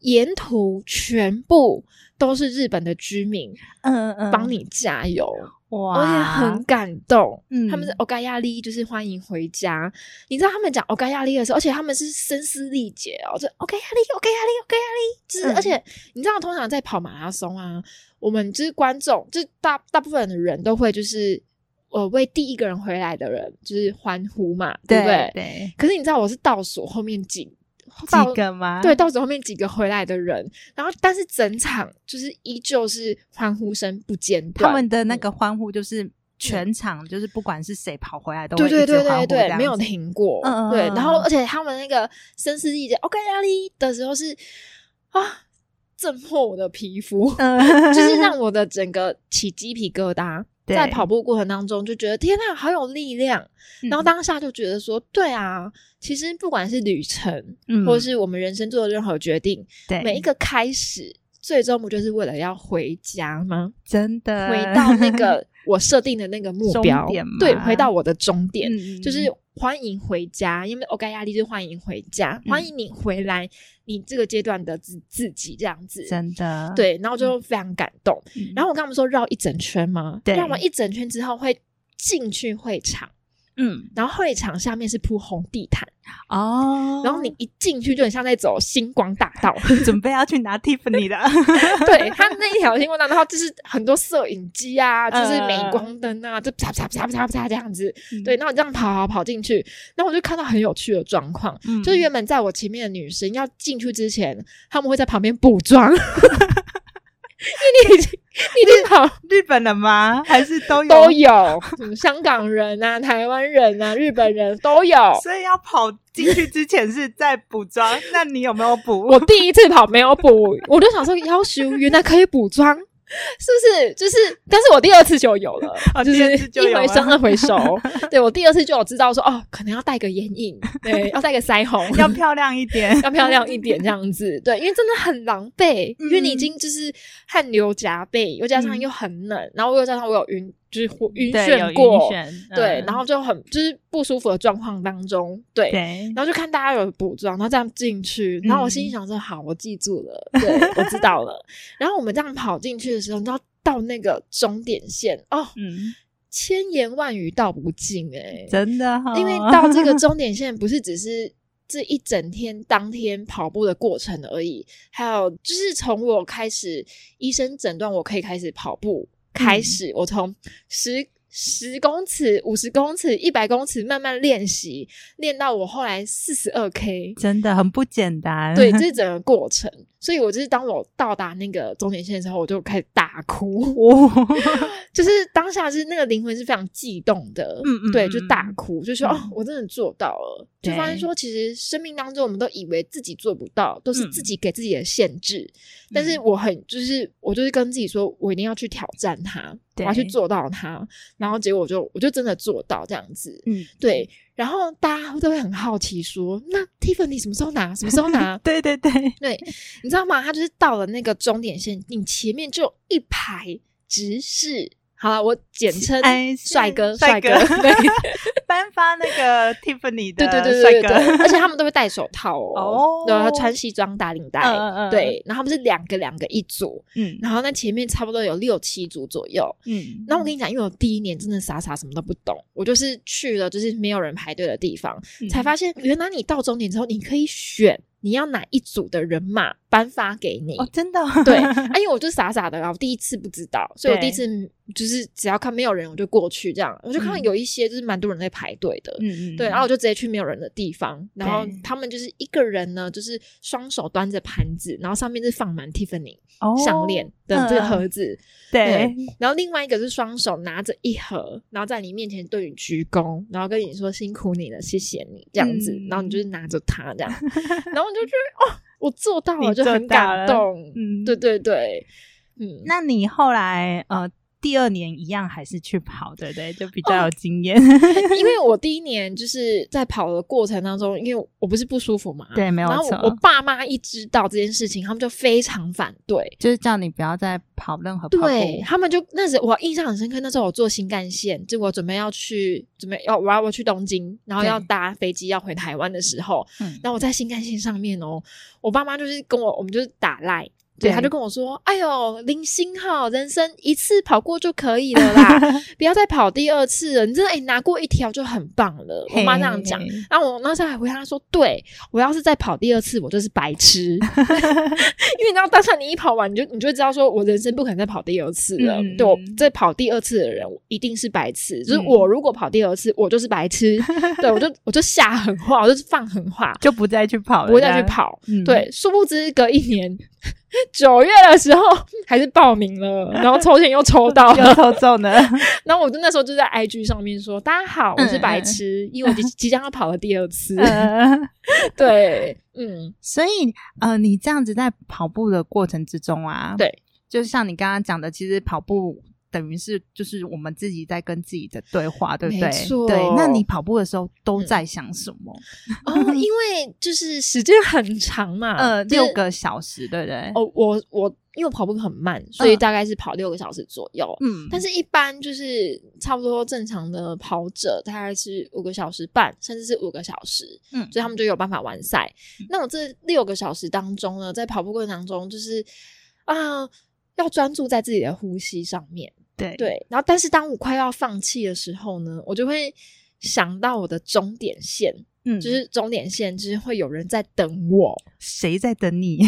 [SPEAKER 2] 沿途全部都是日本的居民
[SPEAKER 1] 嗯嗯嗯，
[SPEAKER 2] 帮你加油，
[SPEAKER 1] 哇，
[SPEAKER 2] 而且很感动。
[SPEAKER 1] 嗯
[SPEAKER 2] 他们是 o g a y a i 就是欢迎回家。你知道他们讲 o g a y a i 的时候，而且他们是声嘶力竭哦，就 o g a y a i o g a y a i o g a y a i 就是、
[SPEAKER 1] 嗯
[SPEAKER 2] 而且你知道，通常在跑马拉松啊，我们就是观众，就是大大部分的人都会就是呃为第一个人回来的人就是欢呼嘛，对
[SPEAKER 1] 对
[SPEAKER 2] 不对？
[SPEAKER 1] 对
[SPEAKER 2] 可是你知道我是倒数后面几
[SPEAKER 1] 几个吗？
[SPEAKER 2] 对，到时候后面几个回来的人，然后但是整场就是依旧是欢呼声不间断，
[SPEAKER 1] 他们的
[SPEAKER 2] 嗯
[SPEAKER 1] 那个欢呼就是全场，就是不管是谁跑回来都会
[SPEAKER 2] 嗯对对
[SPEAKER 1] 一直
[SPEAKER 2] 对
[SPEAKER 1] 欢
[SPEAKER 2] 对
[SPEAKER 1] 呼这
[SPEAKER 2] 对，
[SPEAKER 1] 样
[SPEAKER 2] 没有
[SPEAKER 1] 子
[SPEAKER 2] 停过，
[SPEAKER 1] 嗯嗯
[SPEAKER 2] 对，
[SPEAKER 1] 嗯
[SPEAKER 2] 然后
[SPEAKER 1] 嗯
[SPEAKER 2] 而且他们那个声嘶力竭 OK 压力的时候是啊，震破我的皮肤，
[SPEAKER 1] 嗯，
[SPEAKER 2] 就是让我的整个起鸡皮疙瘩。
[SPEAKER 1] 对
[SPEAKER 2] 在跑步过程当中，就觉得天呐，好有力量。
[SPEAKER 1] 嗯
[SPEAKER 2] 然后当下就觉得说，对啊，其实不管是旅程，
[SPEAKER 1] 嗯
[SPEAKER 2] 或者是我们人生做的任何决定，
[SPEAKER 1] 对
[SPEAKER 2] 每一个开始，最终不就是为了要回家吗？
[SPEAKER 1] 真的
[SPEAKER 2] 回到那个 我设定的那个目标
[SPEAKER 1] 呃终点吗，
[SPEAKER 2] 对，回到我的终点，
[SPEAKER 1] 嗯
[SPEAKER 2] 就是欢迎回家，因为 OK 压力就是欢迎回家，
[SPEAKER 1] 嗯
[SPEAKER 2] 欢迎你回来，你这个阶段的自自己这样子。
[SPEAKER 1] 真的，
[SPEAKER 2] 对，然后就非常感动。
[SPEAKER 1] 嗯
[SPEAKER 2] 然后我刚刚不是说绕一整圈吗？
[SPEAKER 1] 对
[SPEAKER 2] 绕完一整圈之后会进去会场，
[SPEAKER 1] 嗯
[SPEAKER 2] 然后会场下面是铺红地毯，
[SPEAKER 1] 哦，
[SPEAKER 2] 然后你一进去就很像在走星光大道，
[SPEAKER 1] 准备要去拿 Tiffany 的，
[SPEAKER 2] 对它那一条星光大道就是很多摄影机啊，就是
[SPEAKER 1] 嗯
[SPEAKER 2] 镁光灯啊，就啪啪啪啪啪这样子。
[SPEAKER 1] 嗯
[SPEAKER 2] 对，，那我这样跑跑跑进去，然后我就看到很有趣的状况，
[SPEAKER 1] 嗯
[SPEAKER 2] 就是原本在我前面的女生要进去之前，他们会在旁边补妆， 因为你已经你已经跑
[SPEAKER 1] 日本人 吗？还是都嗯有
[SPEAKER 2] 都有，什么香港人啊、台湾人啊、日本人都有。
[SPEAKER 1] 所以要跑进去之前是在补妆，那你有没有补？
[SPEAKER 2] 我第一次跑没有 补，我就想说要求原来可以补妆，是不是？就是，但是我第二次就有了，
[SPEAKER 1] 哦
[SPEAKER 2] 就
[SPEAKER 1] 第
[SPEAKER 2] 是
[SPEAKER 1] 二次就有
[SPEAKER 2] 一回
[SPEAKER 1] 了
[SPEAKER 2] 生二回熟。 对我第二次就有知道说，哦，可能要带个眼影，对，要带个腮红，，
[SPEAKER 1] 要漂亮一点
[SPEAKER 2] 要漂亮一点这样子。对，因为真的很狼狈，因为你已
[SPEAKER 1] 嗯
[SPEAKER 2] 经就是汗流浃背，又加上
[SPEAKER 1] 嗯
[SPEAKER 2] 又很冷，然后又加上我有晕，就是晕
[SPEAKER 1] 对，有
[SPEAKER 2] 眩
[SPEAKER 1] 晕
[SPEAKER 2] 过，
[SPEAKER 1] 眩，
[SPEAKER 2] 对，
[SPEAKER 1] 嗯
[SPEAKER 2] 然后就很就是不舒服的状况当中，对，
[SPEAKER 1] 对，
[SPEAKER 2] 然后就看大家有补妆，然后这样进去，然后我心里想说：“好，我记住了，对我知道了。”然后我们这样跑进去的时候，你知道到那个终点线哦，
[SPEAKER 1] 嗯，
[SPEAKER 2] 千言万语道不尽哎、
[SPEAKER 1] 真的哈，
[SPEAKER 2] 因为到这个终点线不是只是这一整天当天跑步的过程而已，还有就是从我开始医生诊断我可以开始跑步开始，我从十。十公尺、五十公尺、一百公尺，慢慢练习，练到我后来四十 二 K，
[SPEAKER 1] 真的很不简单，
[SPEAKER 2] 对，这是整个过程。所以我就是当我到达那个终点线的时候，我就开始大哭，
[SPEAKER 1] 我
[SPEAKER 2] 就是当下是那个灵魂是非常悸动的，
[SPEAKER 1] 嗯嗯
[SPEAKER 2] 对，
[SPEAKER 1] 嗯
[SPEAKER 2] 就大哭，就说、
[SPEAKER 1] 嗯
[SPEAKER 2] 哦，我真的做到了，就
[SPEAKER 1] 对
[SPEAKER 2] 发现说，其实生命当中我们都以为自己做不到，都是
[SPEAKER 1] 嗯
[SPEAKER 2] 自己给自己的限制，但是我很就是我就是跟自己说，我一定要去挑战它，我
[SPEAKER 1] 对
[SPEAKER 2] 要去做到它，然后结果我就我就真的做到这样子，
[SPEAKER 1] 嗯，
[SPEAKER 2] 对，然后大家都会很好奇说，那 Tiffany 什么时候拿？什么时候拿？
[SPEAKER 1] 对对对，
[SPEAKER 2] 对，你知道吗？他就是到了那个终点线，你前面就有一排直视。好了，我简称
[SPEAKER 1] 哎是
[SPEAKER 2] 帅哥，
[SPEAKER 1] 帅
[SPEAKER 2] 哥，
[SPEAKER 1] 哥
[SPEAKER 2] 对
[SPEAKER 1] 颁发那个 Tiffany
[SPEAKER 2] 对
[SPEAKER 1] 的
[SPEAKER 2] 对对
[SPEAKER 1] 帅
[SPEAKER 2] 对对对，
[SPEAKER 1] 哥，
[SPEAKER 2] 而且他们都会戴手套
[SPEAKER 1] 哦，
[SPEAKER 2] 哦对，他穿西装打领带
[SPEAKER 1] 嗯嗯，嗯
[SPEAKER 2] 对，然后他们是两个两个一组，
[SPEAKER 1] 嗯
[SPEAKER 2] 然后那前面差不多有六七组左右。
[SPEAKER 1] 嗯，
[SPEAKER 2] 然后我跟你讲，因为我第一年真的傻傻什么都不懂，我就是去了就是没有人排队的地方，
[SPEAKER 1] 嗯
[SPEAKER 2] 才发现原来你到终点之后，你可以选你要哪一组的人马颁发给你
[SPEAKER 1] 哦，真的 哦
[SPEAKER 2] 对，啊、因为我就傻傻的啦，我第一次不知道，所以我第一次就是只要看没有人，我就过去这样，我就看到
[SPEAKER 1] 嗯
[SPEAKER 2] 有一些就是蛮多人在排队的。
[SPEAKER 1] 嗯嗯，
[SPEAKER 2] 对，然后我就直接去没有人的地方，然后
[SPEAKER 1] 对
[SPEAKER 2] 他们就是一个人呢，就是双手端着盘子，然后上面是放满 Tiffany
[SPEAKER 1] 哦
[SPEAKER 2] 项链的这个盒
[SPEAKER 1] 嗯
[SPEAKER 2] 子，
[SPEAKER 1] 对，
[SPEAKER 2] 然后另外一个是双手拿着一盒，然后在你面前对你鞠躬，然后跟你说辛苦你了，谢谢你这样子，
[SPEAKER 1] 嗯
[SPEAKER 2] 然后你就是拿着它 这样，然后你就觉得哦，我做到了，
[SPEAKER 1] 你
[SPEAKER 2] 就
[SPEAKER 1] 做嗯
[SPEAKER 2] 很
[SPEAKER 1] 到
[SPEAKER 2] 感
[SPEAKER 1] 了
[SPEAKER 2] 动，
[SPEAKER 1] 嗯
[SPEAKER 2] 对对对，嗯，
[SPEAKER 1] 那你后来呃第二年一样还是去跑，对不对？就
[SPEAKER 2] 哦
[SPEAKER 1] 比较有经 验。
[SPEAKER 2] 因为我第一年就是在跑的过程当中，因为我不是不舒服嘛，
[SPEAKER 1] 对没有
[SPEAKER 2] 然后
[SPEAKER 1] 错
[SPEAKER 2] 我我爸妈一知道这件事情，他们就非常反对。
[SPEAKER 1] 就是叫你不要再跑任何跑步。
[SPEAKER 2] 对他们就那时我印象很深刻，那时候我坐新干线，就我准备要去，准备要我要我去东京，然后
[SPEAKER 1] 对
[SPEAKER 2] 要搭飞机要回台湾的时候，
[SPEAKER 1] 嗯，
[SPEAKER 2] 然后我在新干线上面哦，我爸妈就是跟我，我们就是打赖。
[SPEAKER 1] 对
[SPEAKER 2] 对，他就跟我说：“哎呦，林星浩，人生一次跑过就可以了 啦，不要再跑第二次了。你真的哎、拿过一条就很棒了。”我妈这样讲
[SPEAKER 1] 嘿，，
[SPEAKER 2] 然后我那时候还回他说：“对我要是再跑第二次，我就是白痴。” 因为你知道，当下你一跑完，你就你就会知道，说我人生不可能再跑第二次了。
[SPEAKER 1] 嗯
[SPEAKER 2] 对我再跑第二次的人，我一定是白痴。就是
[SPEAKER 1] 嗯
[SPEAKER 2] 我如果跑第二次，我就是白痴。 对我就我就下狠话，我就是放狠话，
[SPEAKER 1] 就不再去跑了，
[SPEAKER 2] 不会再去跑。
[SPEAKER 1] 这样。嗯，
[SPEAKER 2] 对，殊不知隔一年九月的时候还是报名了，然后抽签 又抽到了
[SPEAKER 1] 又，抽中 了。
[SPEAKER 2] 然后我就那时候就在 IG 上面说：“大家好，我是白痴，因为我即即将要跑了第二次。
[SPEAKER 1] 呃
[SPEAKER 2] 对，嗯，
[SPEAKER 1] 所以呃，你这样子在跑步的过程之中啊，
[SPEAKER 2] 对，
[SPEAKER 1] 就像你刚刚讲的，其实跑步。等于是就是我们自己在跟自己的对话，对不对
[SPEAKER 2] 没？错嗯
[SPEAKER 1] 对，那你跑步的时候都在想什么？
[SPEAKER 2] 哦，因为就是时间很长嘛，
[SPEAKER 1] 呃，
[SPEAKER 2] 嗯就是
[SPEAKER 1] 六个小时，对不对？
[SPEAKER 2] 哦，我我因为我跑步很慢，所以大概是跑六个小时左右。
[SPEAKER 1] 嗯，
[SPEAKER 2] 但是，一般就是差不多正常的跑者，大概是五个小时半，甚至是五个小时。
[SPEAKER 1] 嗯
[SPEAKER 2] 所以他们就有办法完赛
[SPEAKER 1] 嗯。
[SPEAKER 2] 那我这六个小时当中呢，在跑步过程当中，就是啊、要专注在自己的呼吸上面。
[SPEAKER 1] 对
[SPEAKER 2] 对，然后但是当我快要放弃的时候呢，我就会想到我的终点线，
[SPEAKER 1] 嗯，
[SPEAKER 2] 就是终点线，就是会有人在等我。
[SPEAKER 1] 谁在等 你？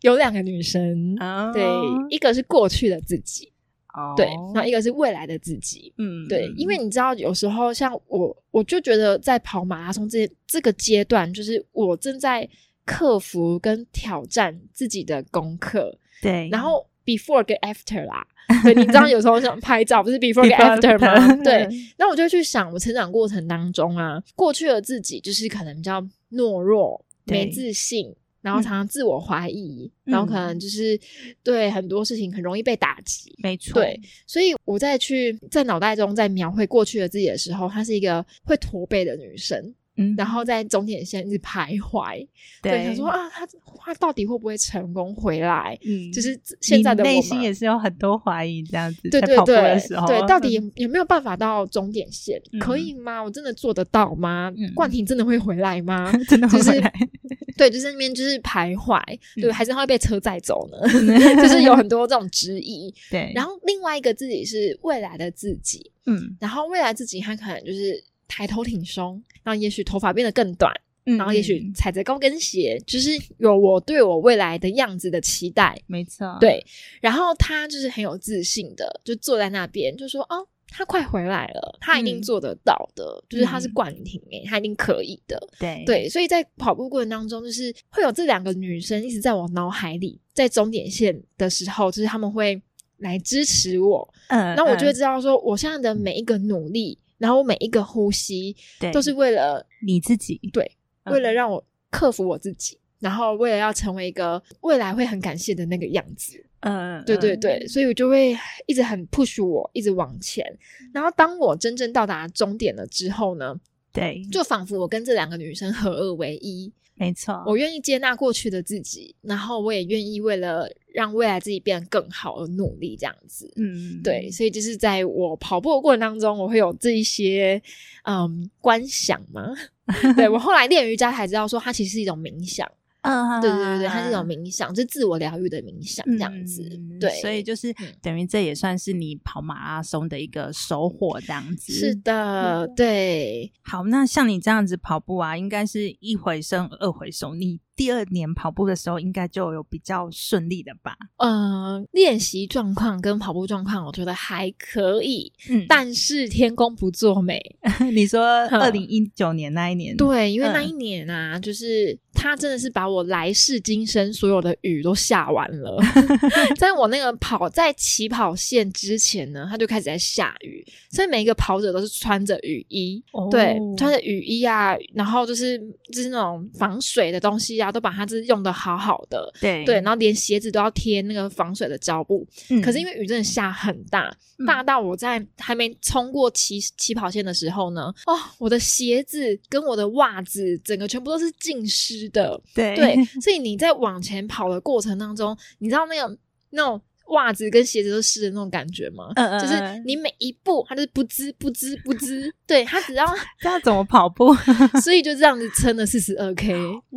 [SPEAKER 2] 有两个女生，
[SPEAKER 1] 哦
[SPEAKER 2] 对，一个是过去的自己，
[SPEAKER 1] 哦
[SPEAKER 2] 对，然后一个是未来的自己。
[SPEAKER 1] 嗯，
[SPEAKER 2] 对，因为你知道，有时候像我，我就觉得在跑马拉松这这个阶段，就是我正在克服跟挑战自己的功课，
[SPEAKER 1] 对，
[SPEAKER 2] 然后 before 跟 after 啦。对，你知道有时候想拍照，不是 before 跟
[SPEAKER 1] Before
[SPEAKER 2] after 吗
[SPEAKER 1] after？？嗯
[SPEAKER 2] 对，那我就去想，我成长过程当中啊，过去的自己就是可能比较懦弱、
[SPEAKER 1] 对
[SPEAKER 2] 没自信，然后常常自我怀疑，
[SPEAKER 1] 嗯
[SPEAKER 2] 然后可能就是对很多事情很容易被打击。
[SPEAKER 1] 没错，
[SPEAKER 2] 对，所以我在去在脑袋中在描绘过去的自己的时候，她是一个会驼背的女生，
[SPEAKER 1] 嗯，
[SPEAKER 2] 然后在终点线一直徘徊，对，想说啊，她她到底会不会成功回来？
[SPEAKER 1] 嗯，
[SPEAKER 2] 就是现在的我
[SPEAKER 1] 你
[SPEAKER 2] 们
[SPEAKER 1] 内心也是有很多怀疑，这样子
[SPEAKER 2] 对
[SPEAKER 1] 在
[SPEAKER 2] 对
[SPEAKER 1] 跑步
[SPEAKER 2] 对
[SPEAKER 1] 的时候，啊
[SPEAKER 2] 对，到底有有没有办法到终点线？
[SPEAKER 1] 嗯
[SPEAKER 2] 可以吗？我真的做得到吗？
[SPEAKER 1] 嗯
[SPEAKER 2] 冠廷真的会回来 吗？
[SPEAKER 1] 真的
[SPEAKER 2] 就
[SPEAKER 1] 会
[SPEAKER 2] 是
[SPEAKER 1] 来
[SPEAKER 2] 对，就是那边就是徘徊，对，
[SPEAKER 1] 嗯
[SPEAKER 2] 还是他会被车载走 呢？ 就是有很多这种质疑。
[SPEAKER 1] 对，
[SPEAKER 2] 然
[SPEAKER 1] 后
[SPEAKER 2] 后另外一个自己是未来的自己，
[SPEAKER 1] 嗯
[SPEAKER 2] 然后未来自己他可能就是抬头挺胸，然后也许头发变得更短，
[SPEAKER 1] 嗯，
[SPEAKER 2] 然后也许
[SPEAKER 1] 嗯
[SPEAKER 2] 踩着高跟鞋，就是有我对我未来的样子的期待。
[SPEAKER 1] 没错，，
[SPEAKER 2] 对，然后他就是很有自信的，就坐在那边就说：“哦，他快回来了，他一定
[SPEAKER 1] 嗯
[SPEAKER 2] 做得到的，就是他是
[SPEAKER 1] 嗯
[SPEAKER 2] 冠廷诶、他一定可以的。”
[SPEAKER 1] 对
[SPEAKER 2] 对，所以在跑步过程当中，就是会有这两个女生一直在我脑海里，在终点线的时候，就是他们会来支持我，
[SPEAKER 1] 嗯，
[SPEAKER 2] 那我就会
[SPEAKER 1] 嗯
[SPEAKER 2] 知道说，我现在的每一个努力，然后我每一个呼吸，
[SPEAKER 1] 对
[SPEAKER 2] 都是为了
[SPEAKER 1] 你自己，
[SPEAKER 2] 对
[SPEAKER 1] 嗯，
[SPEAKER 2] 为了让我克服我自己。然后为了要成为一个未来会很感谢的那个样子，
[SPEAKER 1] 嗯，
[SPEAKER 2] 对对
[SPEAKER 1] 嗯
[SPEAKER 2] 对，，所以我就会一直很 push 我，一直往前。
[SPEAKER 1] 嗯
[SPEAKER 2] 然后当我真正到达终点了之后呢，
[SPEAKER 1] 对，
[SPEAKER 2] 就仿佛我跟这两个女生合二为一，
[SPEAKER 1] 没错，
[SPEAKER 2] 我愿意接纳过去的自己，然后我也愿意为了让未来自己变得更好而努力，这样子。
[SPEAKER 1] 嗯，
[SPEAKER 2] 对，所以就是在我跑步的过程当中，我会有这一些嗯观想嘛。 对我后来练瑜伽才知道，说它其实是一种冥想。
[SPEAKER 1] 嗯，
[SPEAKER 2] 对对对对，它是一种冥想，就是自我疗愈的冥想这样子。
[SPEAKER 1] 嗯
[SPEAKER 2] 对，
[SPEAKER 1] 所以就是
[SPEAKER 2] 嗯
[SPEAKER 1] 等于这也算是你跑马拉松的一个收获，这样子
[SPEAKER 2] 是的，
[SPEAKER 1] 嗯
[SPEAKER 2] 对，
[SPEAKER 1] 好，那像你这样子跑步啊，应该是一回生二回熟。你第二年跑步的时候，应该就有比较顺利的吧？
[SPEAKER 2] 呃，练习状况跟跑步状况，我觉得还可以，
[SPEAKER 1] 嗯
[SPEAKER 2] 但是天公不作美。
[SPEAKER 1] 你说二
[SPEAKER 2] 嗯
[SPEAKER 1] 零一九年那一年，
[SPEAKER 2] 对，因为那
[SPEAKER 1] 嗯
[SPEAKER 2] 一年啊，就是他真的是把我来世今生所有的雨都下完 了。在我那个跑在起跑线之前呢，他就开始在下雨，所以每一个跑者都是穿着雨衣，
[SPEAKER 1] 哦
[SPEAKER 2] 对，穿着雨衣啊，然后就是就是那种防水的东西啊，都把它就是用的好好的，
[SPEAKER 1] 对
[SPEAKER 2] 对，然后连鞋子都要贴那个防水的胶布。
[SPEAKER 1] 嗯
[SPEAKER 2] 可是因为雨真的下很大，
[SPEAKER 1] 嗯
[SPEAKER 2] 大到我在还没冲过起起跑线的时候呢，哦，我的鞋子跟我的袜子整个全部都是浸湿的。
[SPEAKER 1] 对
[SPEAKER 2] 对， 所以你在往前跑的过程当中，你知道那个那种袜子跟鞋子都湿的那种感觉吗？
[SPEAKER 1] 嗯嗯
[SPEAKER 2] 就是你每一步，它就是不知不知不知，对，它只要，
[SPEAKER 1] 这样怎么跑步？
[SPEAKER 2] 所以就这样子撑了四十二 k。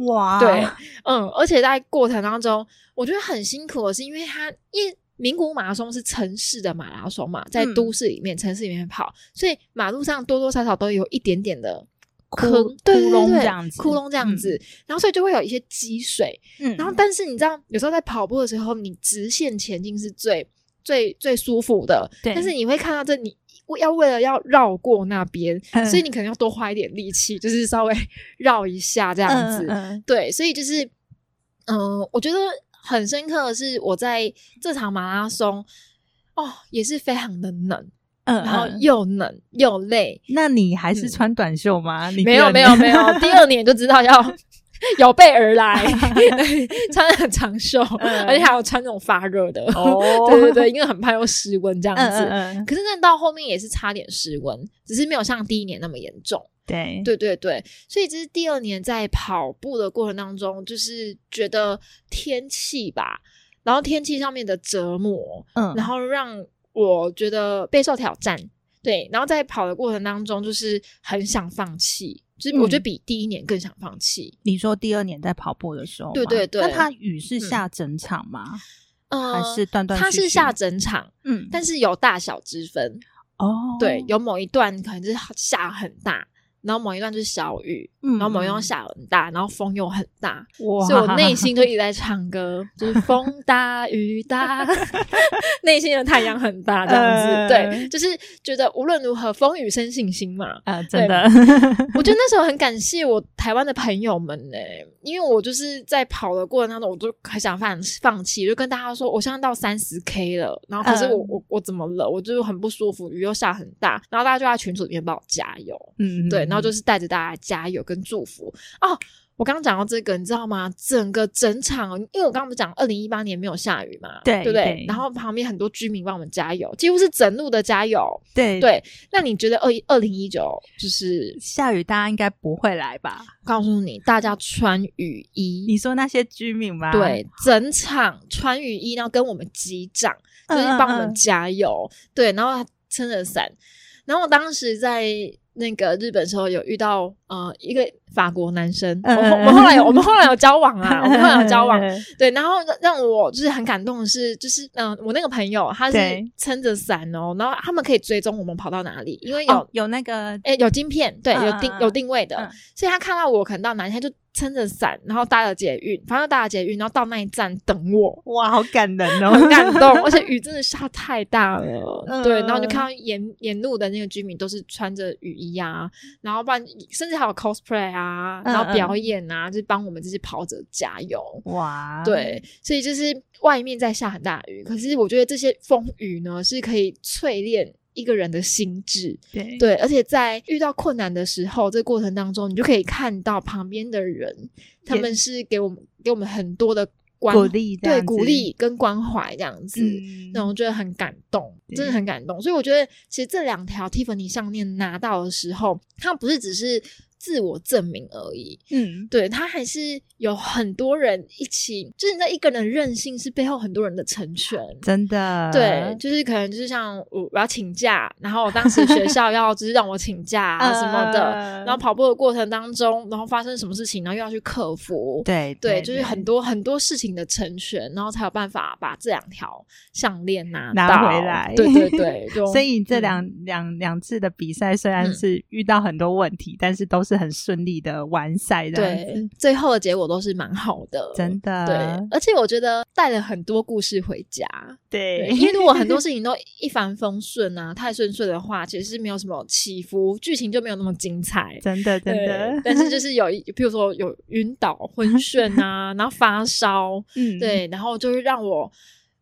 [SPEAKER 1] 哇，哦
[SPEAKER 2] 对， 嗯，而且在过程当中，我觉得很辛苦的是，因为它因为名古屋马拉松是城市的马拉松嘛，在
[SPEAKER 1] 嗯
[SPEAKER 2] 都市里面、城市里面跑，所以马路上多多少少都有一点点的
[SPEAKER 1] 窟
[SPEAKER 2] 坑、对对
[SPEAKER 1] 窟窿
[SPEAKER 2] 对
[SPEAKER 1] 这样子
[SPEAKER 2] 窟窿这样
[SPEAKER 1] 嗯
[SPEAKER 2] 子，然后所以就会有一些积水。
[SPEAKER 1] 嗯，
[SPEAKER 2] 然后，但是你知道，有时候在跑步的时候，你直线前进是最最最舒服的，
[SPEAKER 1] 对
[SPEAKER 2] 但是你会看到这你。要为了要绕过那边，
[SPEAKER 1] 嗯
[SPEAKER 2] 所以你可能要多花一点力气，就是稍微绕一下
[SPEAKER 1] 这
[SPEAKER 2] 这样子。对，所以就是，嗯、我觉得很深刻的是，我在这场马拉松，哦，也是非常的冷，
[SPEAKER 1] 嗯，
[SPEAKER 2] 然后
[SPEAKER 1] 嗯
[SPEAKER 2] 又冷又累。
[SPEAKER 1] 那你还是
[SPEAKER 2] 嗯
[SPEAKER 1] 穿短袖吗？你
[SPEAKER 2] 没
[SPEAKER 1] 第
[SPEAKER 2] 有
[SPEAKER 1] 二
[SPEAKER 2] 没
[SPEAKER 1] 年
[SPEAKER 2] 有没有， 第二年就知道要有备而来，穿得很长袖，
[SPEAKER 1] 嗯
[SPEAKER 2] 而且还有穿那种发热的。
[SPEAKER 1] 哦
[SPEAKER 2] 对对对，因为很怕又失温这样
[SPEAKER 1] 嗯
[SPEAKER 2] 子。
[SPEAKER 1] 嗯嗯，
[SPEAKER 2] 可是那到后面也是差点失温，只是没有像第一年那么严重。
[SPEAKER 1] 对
[SPEAKER 2] 对对对，所以这是第二年在跑步的过程当中，就是觉得天气吧，然后天气上面的折磨，
[SPEAKER 1] 嗯，
[SPEAKER 2] 然后让我觉得备受挑战。对，然后在跑的过程当中，就是很想放弃，就是我觉得
[SPEAKER 1] 嗯
[SPEAKER 2] 比第一年更想放弃。
[SPEAKER 1] 你说第二年在跑步的时候吗，
[SPEAKER 2] 对对对
[SPEAKER 1] 那它雨是
[SPEAKER 2] 嗯
[SPEAKER 1] 下整场吗？
[SPEAKER 2] 嗯、
[SPEAKER 1] 还是断断续续？
[SPEAKER 2] 它是下整场，
[SPEAKER 1] 嗯，
[SPEAKER 2] 但是有大小之分。
[SPEAKER 1] 哦，
[SPEAKER 2] 对，有某一段可能就是下很大，然后某一段就是小雨，
[SPEAKER 1] 嗯，
[SPEAKER 2] 然后某一段
[SPEAKER 1] 嗯
[SPEAKER 2] 下很大，然后风又很大。
[SPEAKER 1] 哇，
[SPEAKER 2] 所以我内心就一直在唱歌，就是风大 雨大，内心的太阳很大这样子。
[SPEAKER 1] 呃
[SPEAKER 2] 对，就是觉得无论如何风雨生信心 嘛。
[SPEAKER 1] 呃，真的，
[SPEAKER 2] 我觉得那时候很感谢我台湾的朋友们呢、因为我就是在跑的过程当中，我就很想放放弃，就跟大家说，我现在到三十 K 了，然后可是我、
[SPEAKER 1] 嗯
[SPEAKER 2] 我我怎么了？我就是很不舒服，雨又下很大，然后大家就在群组里面帮我加油。
[SPEAKER 1] 嗯，
[SPEAKER 2] 对，然后就是是带着大家加油跟祝福哦。我刚刚讲到这个，你知道吗？整个整场，因为我刚刚不是讲二零一八年没有下雨嘛，
[SPEAKER 1] 对
[SPEAKER 2] 不对？
[SPEAKER 1] 对
[SPEAKER 2] 然后旁边很多居民帮我们加油，几乎是整路的加油。
[SPEAKER 1] 对
[SPEAKER 2] 对，那你觉得二二零一九就是？
[SPEAKER 1] 下雨大家应该不会来吧？
[SPEAKER 2] 告诉你，大家穿雨衣，
[SPEAKER 1] 你说那些居民吗？
[SPEAKER 2] 对，整场穿雨衣，然后跟我们击掌，就
[SPEAKER 1] 嗯，
[SPEAKER 2] 是帮我
[SPEAKER 1] 嗯
[SPEAKER 2] 们加油，对，然后他撑着伞。然后我当时在那个日本的时候有遇到呃一个法国男生，我
[SPEAKER 1] 嗯
[SPEAKER 2] 后我们后来有我们后来有交往啊，我们后来有 交往，
[SPEAKER 1] 嗯
[SPEAKER 2] 对，然后让让我就是很感动的是，就是嗯、呃我那个朋友他是
[SPEAKER 1] 对
[SPEAKER 2] 撑着伞哦，然后他们可以追踪我们跑到哪里，因为有
[SPEAKER 1] 哦有那个
[SPEAKER 2] 诶、有晶片，对，有定
[SPEAKER 1] 嗯嗯嗯
[SPEAKER 2] 有定位的，
[SPEAKER 1] 嗯
[SPEAKER 2] 所以他看到我可能到哪里，他就撑着伞，然后搭了捷运，反正搭了捷运，然后到那一站等我，
[SPEAKER 1] 哇，好感人 哦，
[SPEAKER 2] 很感动，而且雨真的下太大了，
[SPEAKER 1] 嗯
[SPEAKER 2] 对，然后就看到沿沿路的那个居民都是穿着雨衣啊，然后不然甚至还有 cosplay 啊，
[SPEAKER 1] 嗯
[SPEAKER 2] 然后表演啊，就是帮我们这些跑者加油。
[SPEAKER 1] 哇，
[SPEAKER 2] 对，所以就是外面在下很大的雨，可是我觉得这些风雨呢是可以淬炼一个人的心智，
[SPEAKER 1] 对
[SPEAKER 2] 对，而且在遇到困难的时候，这过程当中，你就可以看到旁边的人，他
[SPEAKER 1] 也
[SPEAKER 2] 们是给我们给我们很多的关
[SPEAKER 1] 鼓励这样
[SPEAKER 2] 对
[SPEAKER 1] 子
[SPEAKER 2] 鼓励跟关怀这样子，
[SPEAKER 1] 嗯
[SPEAKER 2] 那我觉得很感动，真
[SPEAKER 1] 对
[SPEAKER 2] 的很感动。所以我觉得，其实这两条 Tiffany 项链拿到的时候，它不是只是自我证明而已，
[SPEAKER 1] 嗯，
[SPEAKER 2] 对，它还是有很多人一起，就是你知道一个人的任性是背后很多人的成全。
[SPEAKER 1] 真的呃
[SPEAKER 2] 对，就是可能就是像我我要请假，然后我当时学校要就是让我请假啊什么的，
[SPEAKER 1] 呃
[SPEAKER 2] 然后跑步的过程当中，然后发生什么事情，然后又要去克服，
[SPEAKER 1] 对
[SPEAKER 2] 对，就是很多很多事情的成全，然后才有办法把这两条项链拿
[SPEAKER 1] 拿
[SPEAKER 2] 到
[SPEAKER 1] 回来
[SPEAKER 2] 对 对对，就
[SPEAKER 1] 所以这
[SPEAKER 2] 嗯
[SPEAKER 1] 两两两次的比赛虽然
[SPEAKER 2] 嗯
[SPEAKER 1] 是遇到很多问题，但是都是很顺利的完赛这样
[SPEAKER 2] 对
[SPEAKER 1] 子，，
[SPEAKER 2] 最后的结果都是蛮好的，
[SPEAKER 1] 真的
[SPEAKER 2] 对，而且我觉得带了很多故事回家，
[SPEAKER 1] 对
[SPEAKER 2] 对，因为如果 很多事情都一帆风顺啊，太顺遂的话，其实是没有什么起伏，剧情就没有那么精彩。
[SPEAKER 1] 真的真
[SPEAKER 2] 对
[SPEAKER 1] 的，
[SPEAKER 2] 但是就是有一，比如说有晕倒、昏眩 啊，然后发烧，
[SPEAKER 1] 嗯，
[SPEAKER 2] 对，然后就是让我，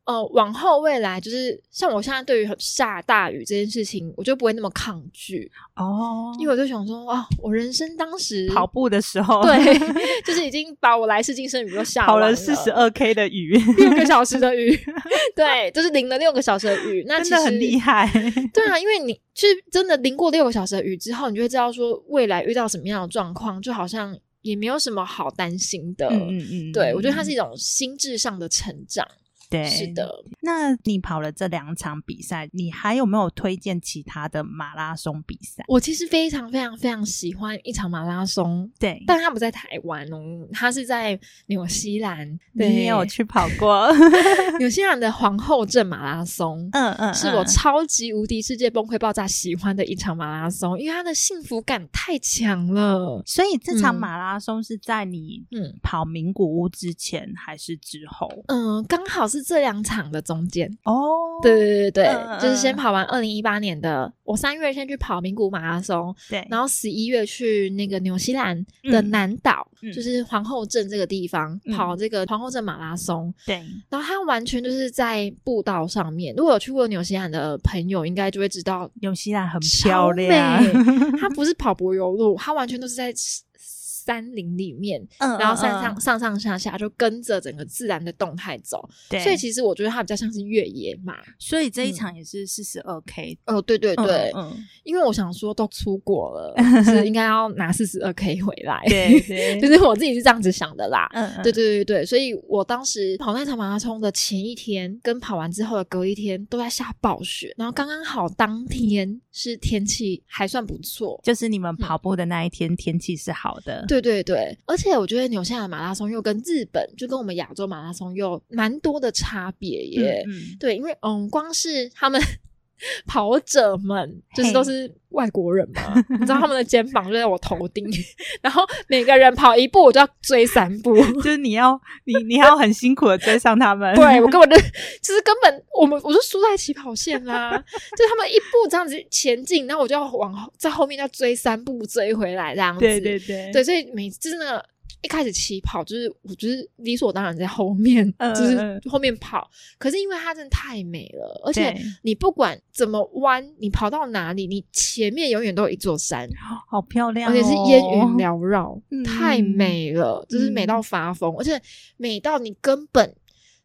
[SPEAKER 2] 呃，往后未来就是像我现在对于下大雨这件事情，我就不会那么抗拒，
[SPEAKER 1] 哦，
[SPEAKER 2] 因为我就想说，啊，我人生当时
[SPEAKER 1] 跑步的时候，
[SPEAKER 2] 对， 就是已经把我来世今生宇都吓
[SPEAKER 1] 跑
[SPEAKER 2] 完
[SPEAKER 1] 了
[SPEAKER 2] 了
[SPEAKER 1] 四十二 K 的鱼，
[SPEAKER 2] 六个小时的雨， 对，就是淋了六个小时的雨，那
[SPEAKER 1] 真的很厉
[SPEAKER 2] 害。
[SPEAKER 1] 害，
[SPEAKER 2] 对啊，因为你就是真的淋过六个小时的雨之后，你就会知道说未来遇到什么样的状况，就好像也没有什么好担心的。
[SPEAKER 1] 嗯嗯嗯，
[SPEAKER 2] 呃对，我觉得它是一种心智上的成长。
[SPEAKER 1] 对，
[SPEAKER 2] 是。的，
[SPEAKER 1] 那你跑了这两场比赛，你还有没有推荐其他的马拉松比赛？
[SPEAKER 2] 我其实非常非常非常喜欢一场马拉松，
[SPEAKER 1] 对，
[SPEAKER 2] 但它不在台湾哦，它是在纽西兰。对，
[SPEAKER 1] 你也有去跑过，
[SPEAKER 2] 纽西兰的皇后镇马拉松。
[SPEAKER 1] 嗯嗯，
[SPEAKER 2] 是我
[SPEAKER 1] 嗯
[SPEAKER 2] 超级无敌世界崩溃爆炸喜欢的一场马拉松，因为它的幸福感太强了。
[SPEAKER 1] 所以这场
[SPEAKER 2] 嗯
[SPEAKER 1] 马拉松是在你
[SPEAKER 2] 嗯
[SPEAKER 1] 跑名古屋之前还是之后？
[SPEAKER 2] 嗯，刚好是这两场的中间。
[SPEAKER 1] 哦，
[SPEAKER 2] 对对对对，
[SPEAKER 1] 嗯嗯
[SPEAKER 2] 就是先跑完二零一八年的，我三月先去跑名古马拉松，
[SPEAKER 1] 对，
[SPEAKER 2] 然后十一月去那个纽西兰的南岛，
[SPEAKER 1] 嗯嗯
[SPEAKER 2] 就是皇后镇这个地方、
[SPEAKER 1] 嗯
[SPEAKER 2] 跑这个皇后镇马拉松。
[SPEAKER 1] 对，
[SPEAKER 2] 然后它完全就是在步道上面，如果有去过纽西兰的朋友，应该就会知道
[SPEAKER 1] 纽西兰很
[SPEAKER 2] 超
[SPEAKER 1] 漂亮，
[SPEAKER 2] 美它不是跑柏油路，它完全都是在山林里面，
[SPEAKER 1] 嗯
[SPEAKER 2] 然后山上、
[SPEAKER 1] 嗯嗯
[SPEAKER 2] 上上下下就跟着整个自然的动态走，
[SPEAKER 1] 对，
[SPEAKER 2] 所以其实我觉得它比较像是越野马。
[SPEAKER 1] 所以这一
[SPEAKER 2] 嗯
[SPEAKER 1] 场也是四十二 K，
[SPEAKER 2] 哦，对对对，
[SPEAKER 1] 嗯，嗯
[SPEAKER 2] 因为我想说都出国 了，是应该要拿四十二 K 回来。
[SPEAKER 1] 嗯对对，
[SPEAKER 2] 就是我自己是这样子想的啦。
[SPEAKER 1] 嗯嗯
[SPEAKER 2] 对对对对，所以我当时跑那场马拉松的前一天，跟跑完之后的隔一天都在下暴雪，然后刚刚好当天是天气还算不错，
[SPEAKER 1] 就是你们跑步的那一天，天气是好的。
[SPEAKER 2] 对对对，而且我觉得纽西兰马拉松又跟日本，就跟我们亚洲马拉松又蛮多的差别
[SPEAKER 1] 嗯
[SPEAKER 2] 耶。
[SPEAKER 1] 嗯
[SPEAKER 2] 对，因为嗯，光是他们 跑者们就是都
[SPEAKER 1] 嘿
[SPEAKER 2] 是外国人 嘛，你知道他们的肩膀就在我头顶， 然后每个人跑一步，我就要追三步。
[SPEAKER 1] 就是你要你你要很辛苦的追上他们。
[SPEAKER 2] 对我根本就就是根本我们我就输在起跑线啦，就是他们一步这样子前进，然后我就要往后在后面要追三步追回来这样子。
[SPEAKER 1] 对对对
[SPEAKER 2] 对，所以每就是那个一开始起跑，就是我就是理所当然在后面，
[SPEAKER 1] 嗯
[SPEAKER 2] 就
[SPEAKER 1] 嗯
[SPEAKER 2] 是后面跑。可是因为它真的太美了，而且
[SPEAKER 1] 对
[SPEAKER 2] 你不管怎么弯，你跑到哪里，你前面永远都有一座山，
[SPEAKER 1] 好漂亮、
[SPEAKER 2] 而
[SPEAKER 1] 哦，
[SPEAKER 2] 且是烟云缭绕，
[SPEAKER 1] 嗯
[SPEAKER 2] 太美了，就是美到发疯，而且美到你根本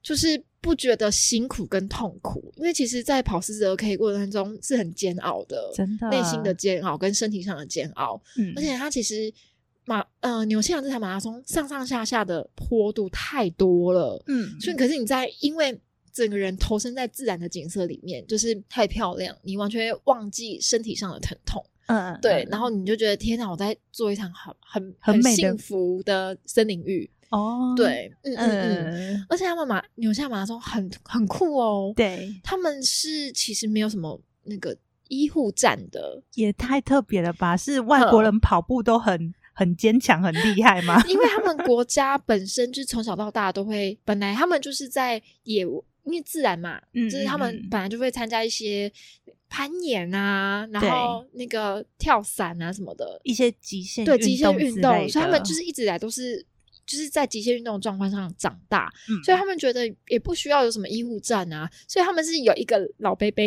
[SPEAKER 2] 就是。不觉得辛苦跟痛苦，因为其实，在跑四十二 K 过程中是很煎熬的，
[SPEAKER 1] 真的
[SPEAKER 2] 内心的，煎熬跟身体上的煎熬。
[SPEAKER 1] 嗯
[SPEAKER 2] 而且它其实马呃纽西兰这场马拉松上上下下的坡度太多了，
[SPEAKER 1] 嗯，
[SPEAKER 2] 所以可是你在因为整个人投身在自然的景色里面，就是太漂亮，你完全忘记身体上的疼痛，
[SPEAKER 1] 嗯
[SPEAKER 2] 对，
[SPEAKER 1] 嗯
[SPEAKER 2] 然后你就觉得天哪，我在做一场很很
[SPEAKER 1] 很美的
[SPEAKER 2] 幸福的森林浴，
[SPEAKER 1] 哦，
[SPEAKER 2] 对，嗯嗯嗯，
[SPEAKER 1] 嗯，
[SPEAKER 2] 而且他们马纽西兰马拉松很很酷哦，
[SPEAKER 1] 对，
[SPEAKER 2] 他们是其实没有什么那个医护站的，
[SPEAKER 1] 也太特别了
[SPEAKER 2] 嗯
[SPEAKER 1] 吧？是外国人跑步都很很坚强、很厉害 吗？
[SPEAKER 2] 因为他们国家本身就是从小到大都会，本来他们就是在野，因为自然嘛，
[SPEAKER 1] 嗯
[SPEAKER 2] 就是他
[SPEAKER 1] 嗯嗯
[SPEAKER 2] 们本来就会参加一些攀岩啊，然后那个跳伞啊什么的，
[SPEAKER 1] 一些极限
[SPEAKER 2] 对极限
[SPEAKER 1] 之
[SPEAKER 2] 运
[SPEAKER 1] 类
[SPEAKER 2] 动，
[SPEAKER 1] 的
[SPEAKER 2] 所以他们就是一直以来都是。就是在极限运动的状况上长大，
[SPEAKER 1] 嗯
[SPEAKER 2] 所以他们觉得也不需要有什么医护站啊，所以他们是有一个老伯 伯，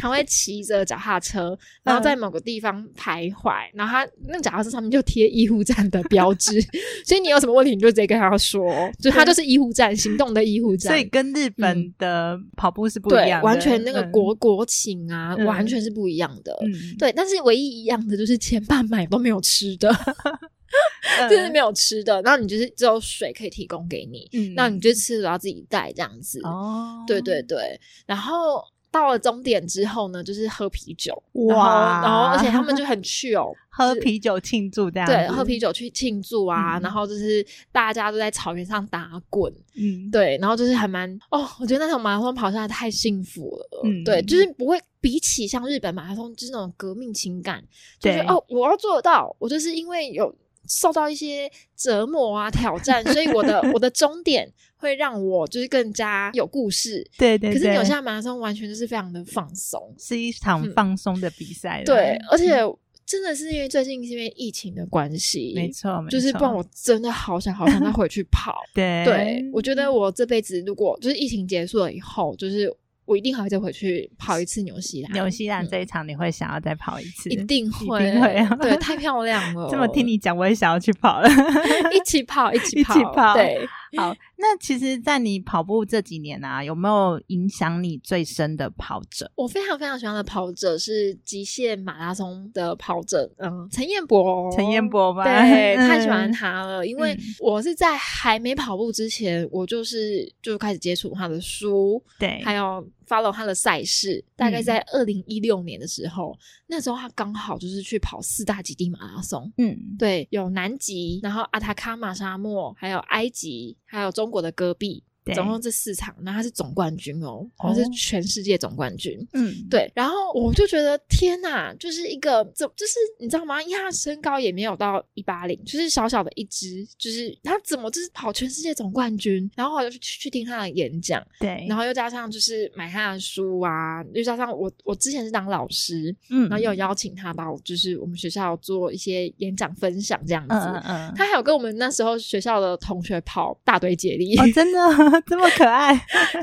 [SPEAKER 2] 他会骑着脚踏车，然后在
[SPEAKER 1] 嗯
[SPEAKER 2] 某个地方徘徊，然后他那个脚踏车上面就贴医护站的 标志，所以你有什么问题你就直接跟他说，就他就是医护站，行动的医护站，
[SPEAKER 1] 所以跟日本的跑步是不一
[SPEAKER 2] 嗯对
[SPEAKER 1] 样的，
[SPEAKER 2] 完全那个
[SPEAKER 1] 嗯
[SPEAKER 2] 国、国情啊，
[SPEAKER 1] 嗯
[SPEAKER 2] 完全是不一样的。
[SPEAKER 1] 嗯，
[SPEAKER 2] 对，但是唯一一样的就是前半买都没有吃的，
[SPEAKER 1] 嗯
[SPEAKER 2] 就是没有吃的，然后你就是只有水可以提供给你，
[SPEAKER 1] 嗯
[SPEAKER 2] 那你就吃的要自己带这样子。
[SPEAKER 1] 哦，
[SPEAKER 2] 对对对，然后到了终点之后呢，就是喝啤酒，
[SPEAKER 1] 哇
[SPEAKER 2] 然后然后而且他们就很 去哦，
[SPEAKER 1] 喝啤酒庆祝这样子，
[SPEAKER 2] 对，喝啤酒去庆祝啊，
[SPEAKER 1] 嗯
[SPEAKER 2] 然后就是大家都在草原上打滚，
[SPEAKER 1] 嗯，
[SPEAKER 2] 对，然后就是还蛮哦，我觉得那场马拉松跑下来太幸福了，
[SPEAKER 1] 嗯
[SPEAKER 2] 对，就是不会比起像日本马拉松就是那种革命情感，就是
[SPEAKER 1] 对
[SPEAKER 2] 哦，我要做得到，我就是因为有受到一些折磨啊挑战，所以我的我的终点会让我就是更加有故事。
[SPEAKER 1] 对对对。
[SPEAKER 2] 可是纽西兰马拉松完全就是非常的放松，
[SPEAKER 1] 是一场
[SPEAKER 2] 嗯
[SPEAKER 1] 放松的比赛啦，
[SPEAKER 2] 对，而且
[SPEAKER 1] 嗯
[SPEAKER 2] 真的是因为最近是因为疫情的关系，
[SPEAKER 1] 没错，没
[SPEAKER 2] 就是不
[SPEAKER 1] 错
[SPEAKER 2] 然我真的好想好想再回去 跑。
[SPEAKER 1] 对
[SPEAKER 2] 对，我觉
[SPEAKER 1] 哎
[SPEAKER 2] 得我这辈子如果就是疫情结束了以后，就是我一定还会再回去跑一次纽西兰。
[SPEAKER 1] 纽西兰
[SPEAKER 2] 嗯
[SPEAKER 1] 这一场你会想要再跑一次，
[SPEAKER 2] 一定会，
[SPEAKER 1] 一定会啊
[SPEAKER 2] 对，太漂亮了。
[SPEAKER 1] 这么听你讲，我也想要去跑了。
[SPEAKER 2] 一起跑，一起
[SPEAKER 1] 一起
[SPEAKER 2] 跑，
[SPEAKER 1] 跑
[SPEAKER 2] 对，
[SPEAKER 1] 好，那其实，在你跑步这几年啊，有没有影响你最深的跑者？
[SPEAKER 2] 我非常非常喜欢的跑者是极限马拉松的跑者，嗯，陈彦博，
[SPEAKER 1] 陈彦。博吗？
[SPEAKER 2] 对，
[SPEAKER 1] 嗯
[SPEAKER 2] 太喜欢。他了，因为
[SPEAKER 1] 嗯
[SPEAKER 2] 我是在还没跑步之前，我就是就开始接触他的书，
[SPEAKER 1] 对，
[SPEAKER 2] 还有 follow 他的赛事，大概
[SPEAKER 1] 嗯
[SPEAKER 2] 在二零一六年的时候，那时候他刚好就是去跑四大极地马拉松，
[SPEAKER 1] 嗯，
[SPEAKER 2] 对，有南极，然后阿塔卡马沙漠，还有埃及，还有中国的戈壁，
[SPEAKER 1] 对，
[SPEAKER 2] 总共这四场，然后他是总冠军哦，他是
[SPEAKER 1] 哦
[SPEAKER 2] 全世界总冠军。
[SPEAKER 1] 嗯，
[SPEAKER 2] 对，然后我就觉得天哪，就是一个怎，就是你知道吗？因为他的身高也没有到一八零，就是小小的一只，就是他怎么就是跑全世界总冠军？然后我就去去听他的演讲，
[SPEAKER 1] 对，
[SPEAKER 2] 然后又加上就是买他的书啊，又加上我我之前是当老师，
[SPEAKER 1] 嗯，
[SPEAKER 2] 然后又有邀请他到就是我们学校做一些演讲分享这样子。
[SPEAKER 1] 嗯嗯嗯，
[SPEAKER 2] 他还有跟我们那时候学校的同学跑大队接 力，
[SPEAKER 1] 哦，真的 这么可爱，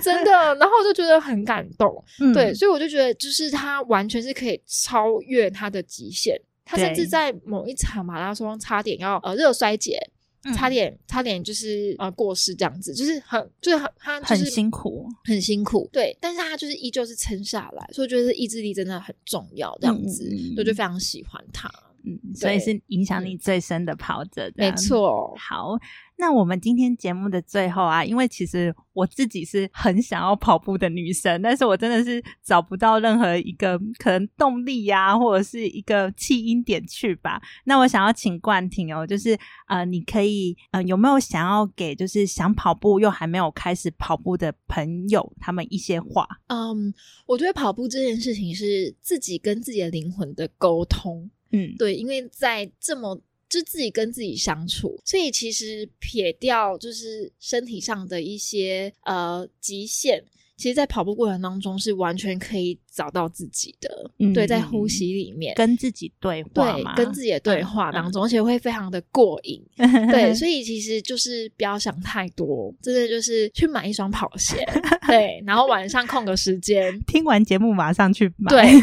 [SPEAKER 2] 真的，然后我就觉得很感动。
[SPEAKER 1] 嗯
[SPEAKER 2] 对，所以我就觉得，就是他完全是可以超越他的极限。他甚
[SPEAKER 1] 对
[SPEAKER 2] 至在某一场马拉松差点要呃热衰竭，
[SPEAKER 1] 嗯
[SPEAKER 2] 差点差点就是呃过世这样子，就是很就是很他就是
[SPEAKER 1] 很辛苦，
[SPEAKER 2] 很辛苦，对，但是他就是依旧是撑下来，所以我觉得意志力真的很重要，这样子，
[SPEAKER 1] 嗯嗯嗯
[SPEAKER 2] 对，就非常喜欢他，
[SPEAKER 1] 嗯，所以是影响你最深的跑者，这
[SPEAKER 2] 嗯没
[SPEAKER 1] 样
[SPEAKER 2] 错，
[SPEAKER 1] 好，那我们今天节目的最后啊，因为其实我自己是很想要跑步的女生，但是我真的是找不到任何一个可能动力呀、或者是一个起因点去吧。那我想要请冠廷哦，就是呃，你可以呃，有没有想要给就是想跑步又还没有开始跑步的朋友他们一些话？
[SPEAKER 2] 嗯，我觉得跑步这件事情是自己跟自己的灵魂的沟通，
[SPEAKER 1] 嗯，
[SPEAKER 2] 对，因为在这么就自己跟自己相处，所以其实撇掉就是身体上的一些呃极限，其实，在跑步过程当中是完全可以找到自己的，
[SPEAKER 1] 嗯
[SPEAKER 2] 对，在呼吸里面。
[SPEAKER 1] 跟自己对话
[SPEAKER 2] 对
[SPEAKER 1] 嘛，，
[SPEAKER 2] 跟自己的对话当中，而且会非常的过瘾。
[SPEAKER 1] 嗯
[SPEAKER 2] 对，所以其实就是不要想太多，真的就是去买一双跑鞋，对，然后晚上空个时 间，
[SPEAKER 1] 听完节目马上去买。
[SPEAKER 2] 对，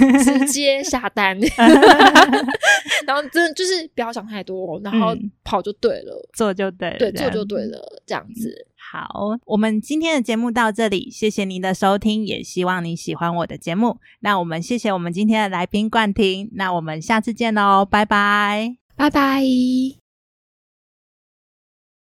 [SPEAKER 2] 直接下单。然后真的就是不要想太多，然后
[SPEAKER 1] 嗯
[SPEAKER 2] 跑就对了，
[SPEAKER 1] 做就对了，
[SPEAKER 2] 对，
[SPEAKER 1] 这
[SPEAKER 2] 做
[SPEAKER 1] 样嗯
[SPEAKER 2] 就对了，这样子。
[SPEAKER 1] 好，我们今天的节目到这里，谢谢您的收听，也希望你喜欢我的节目。那我们谢谢我们今天的来宾冠廷，那我们下次见喽，拜拜。
[SPEAKER 2] 拜拜。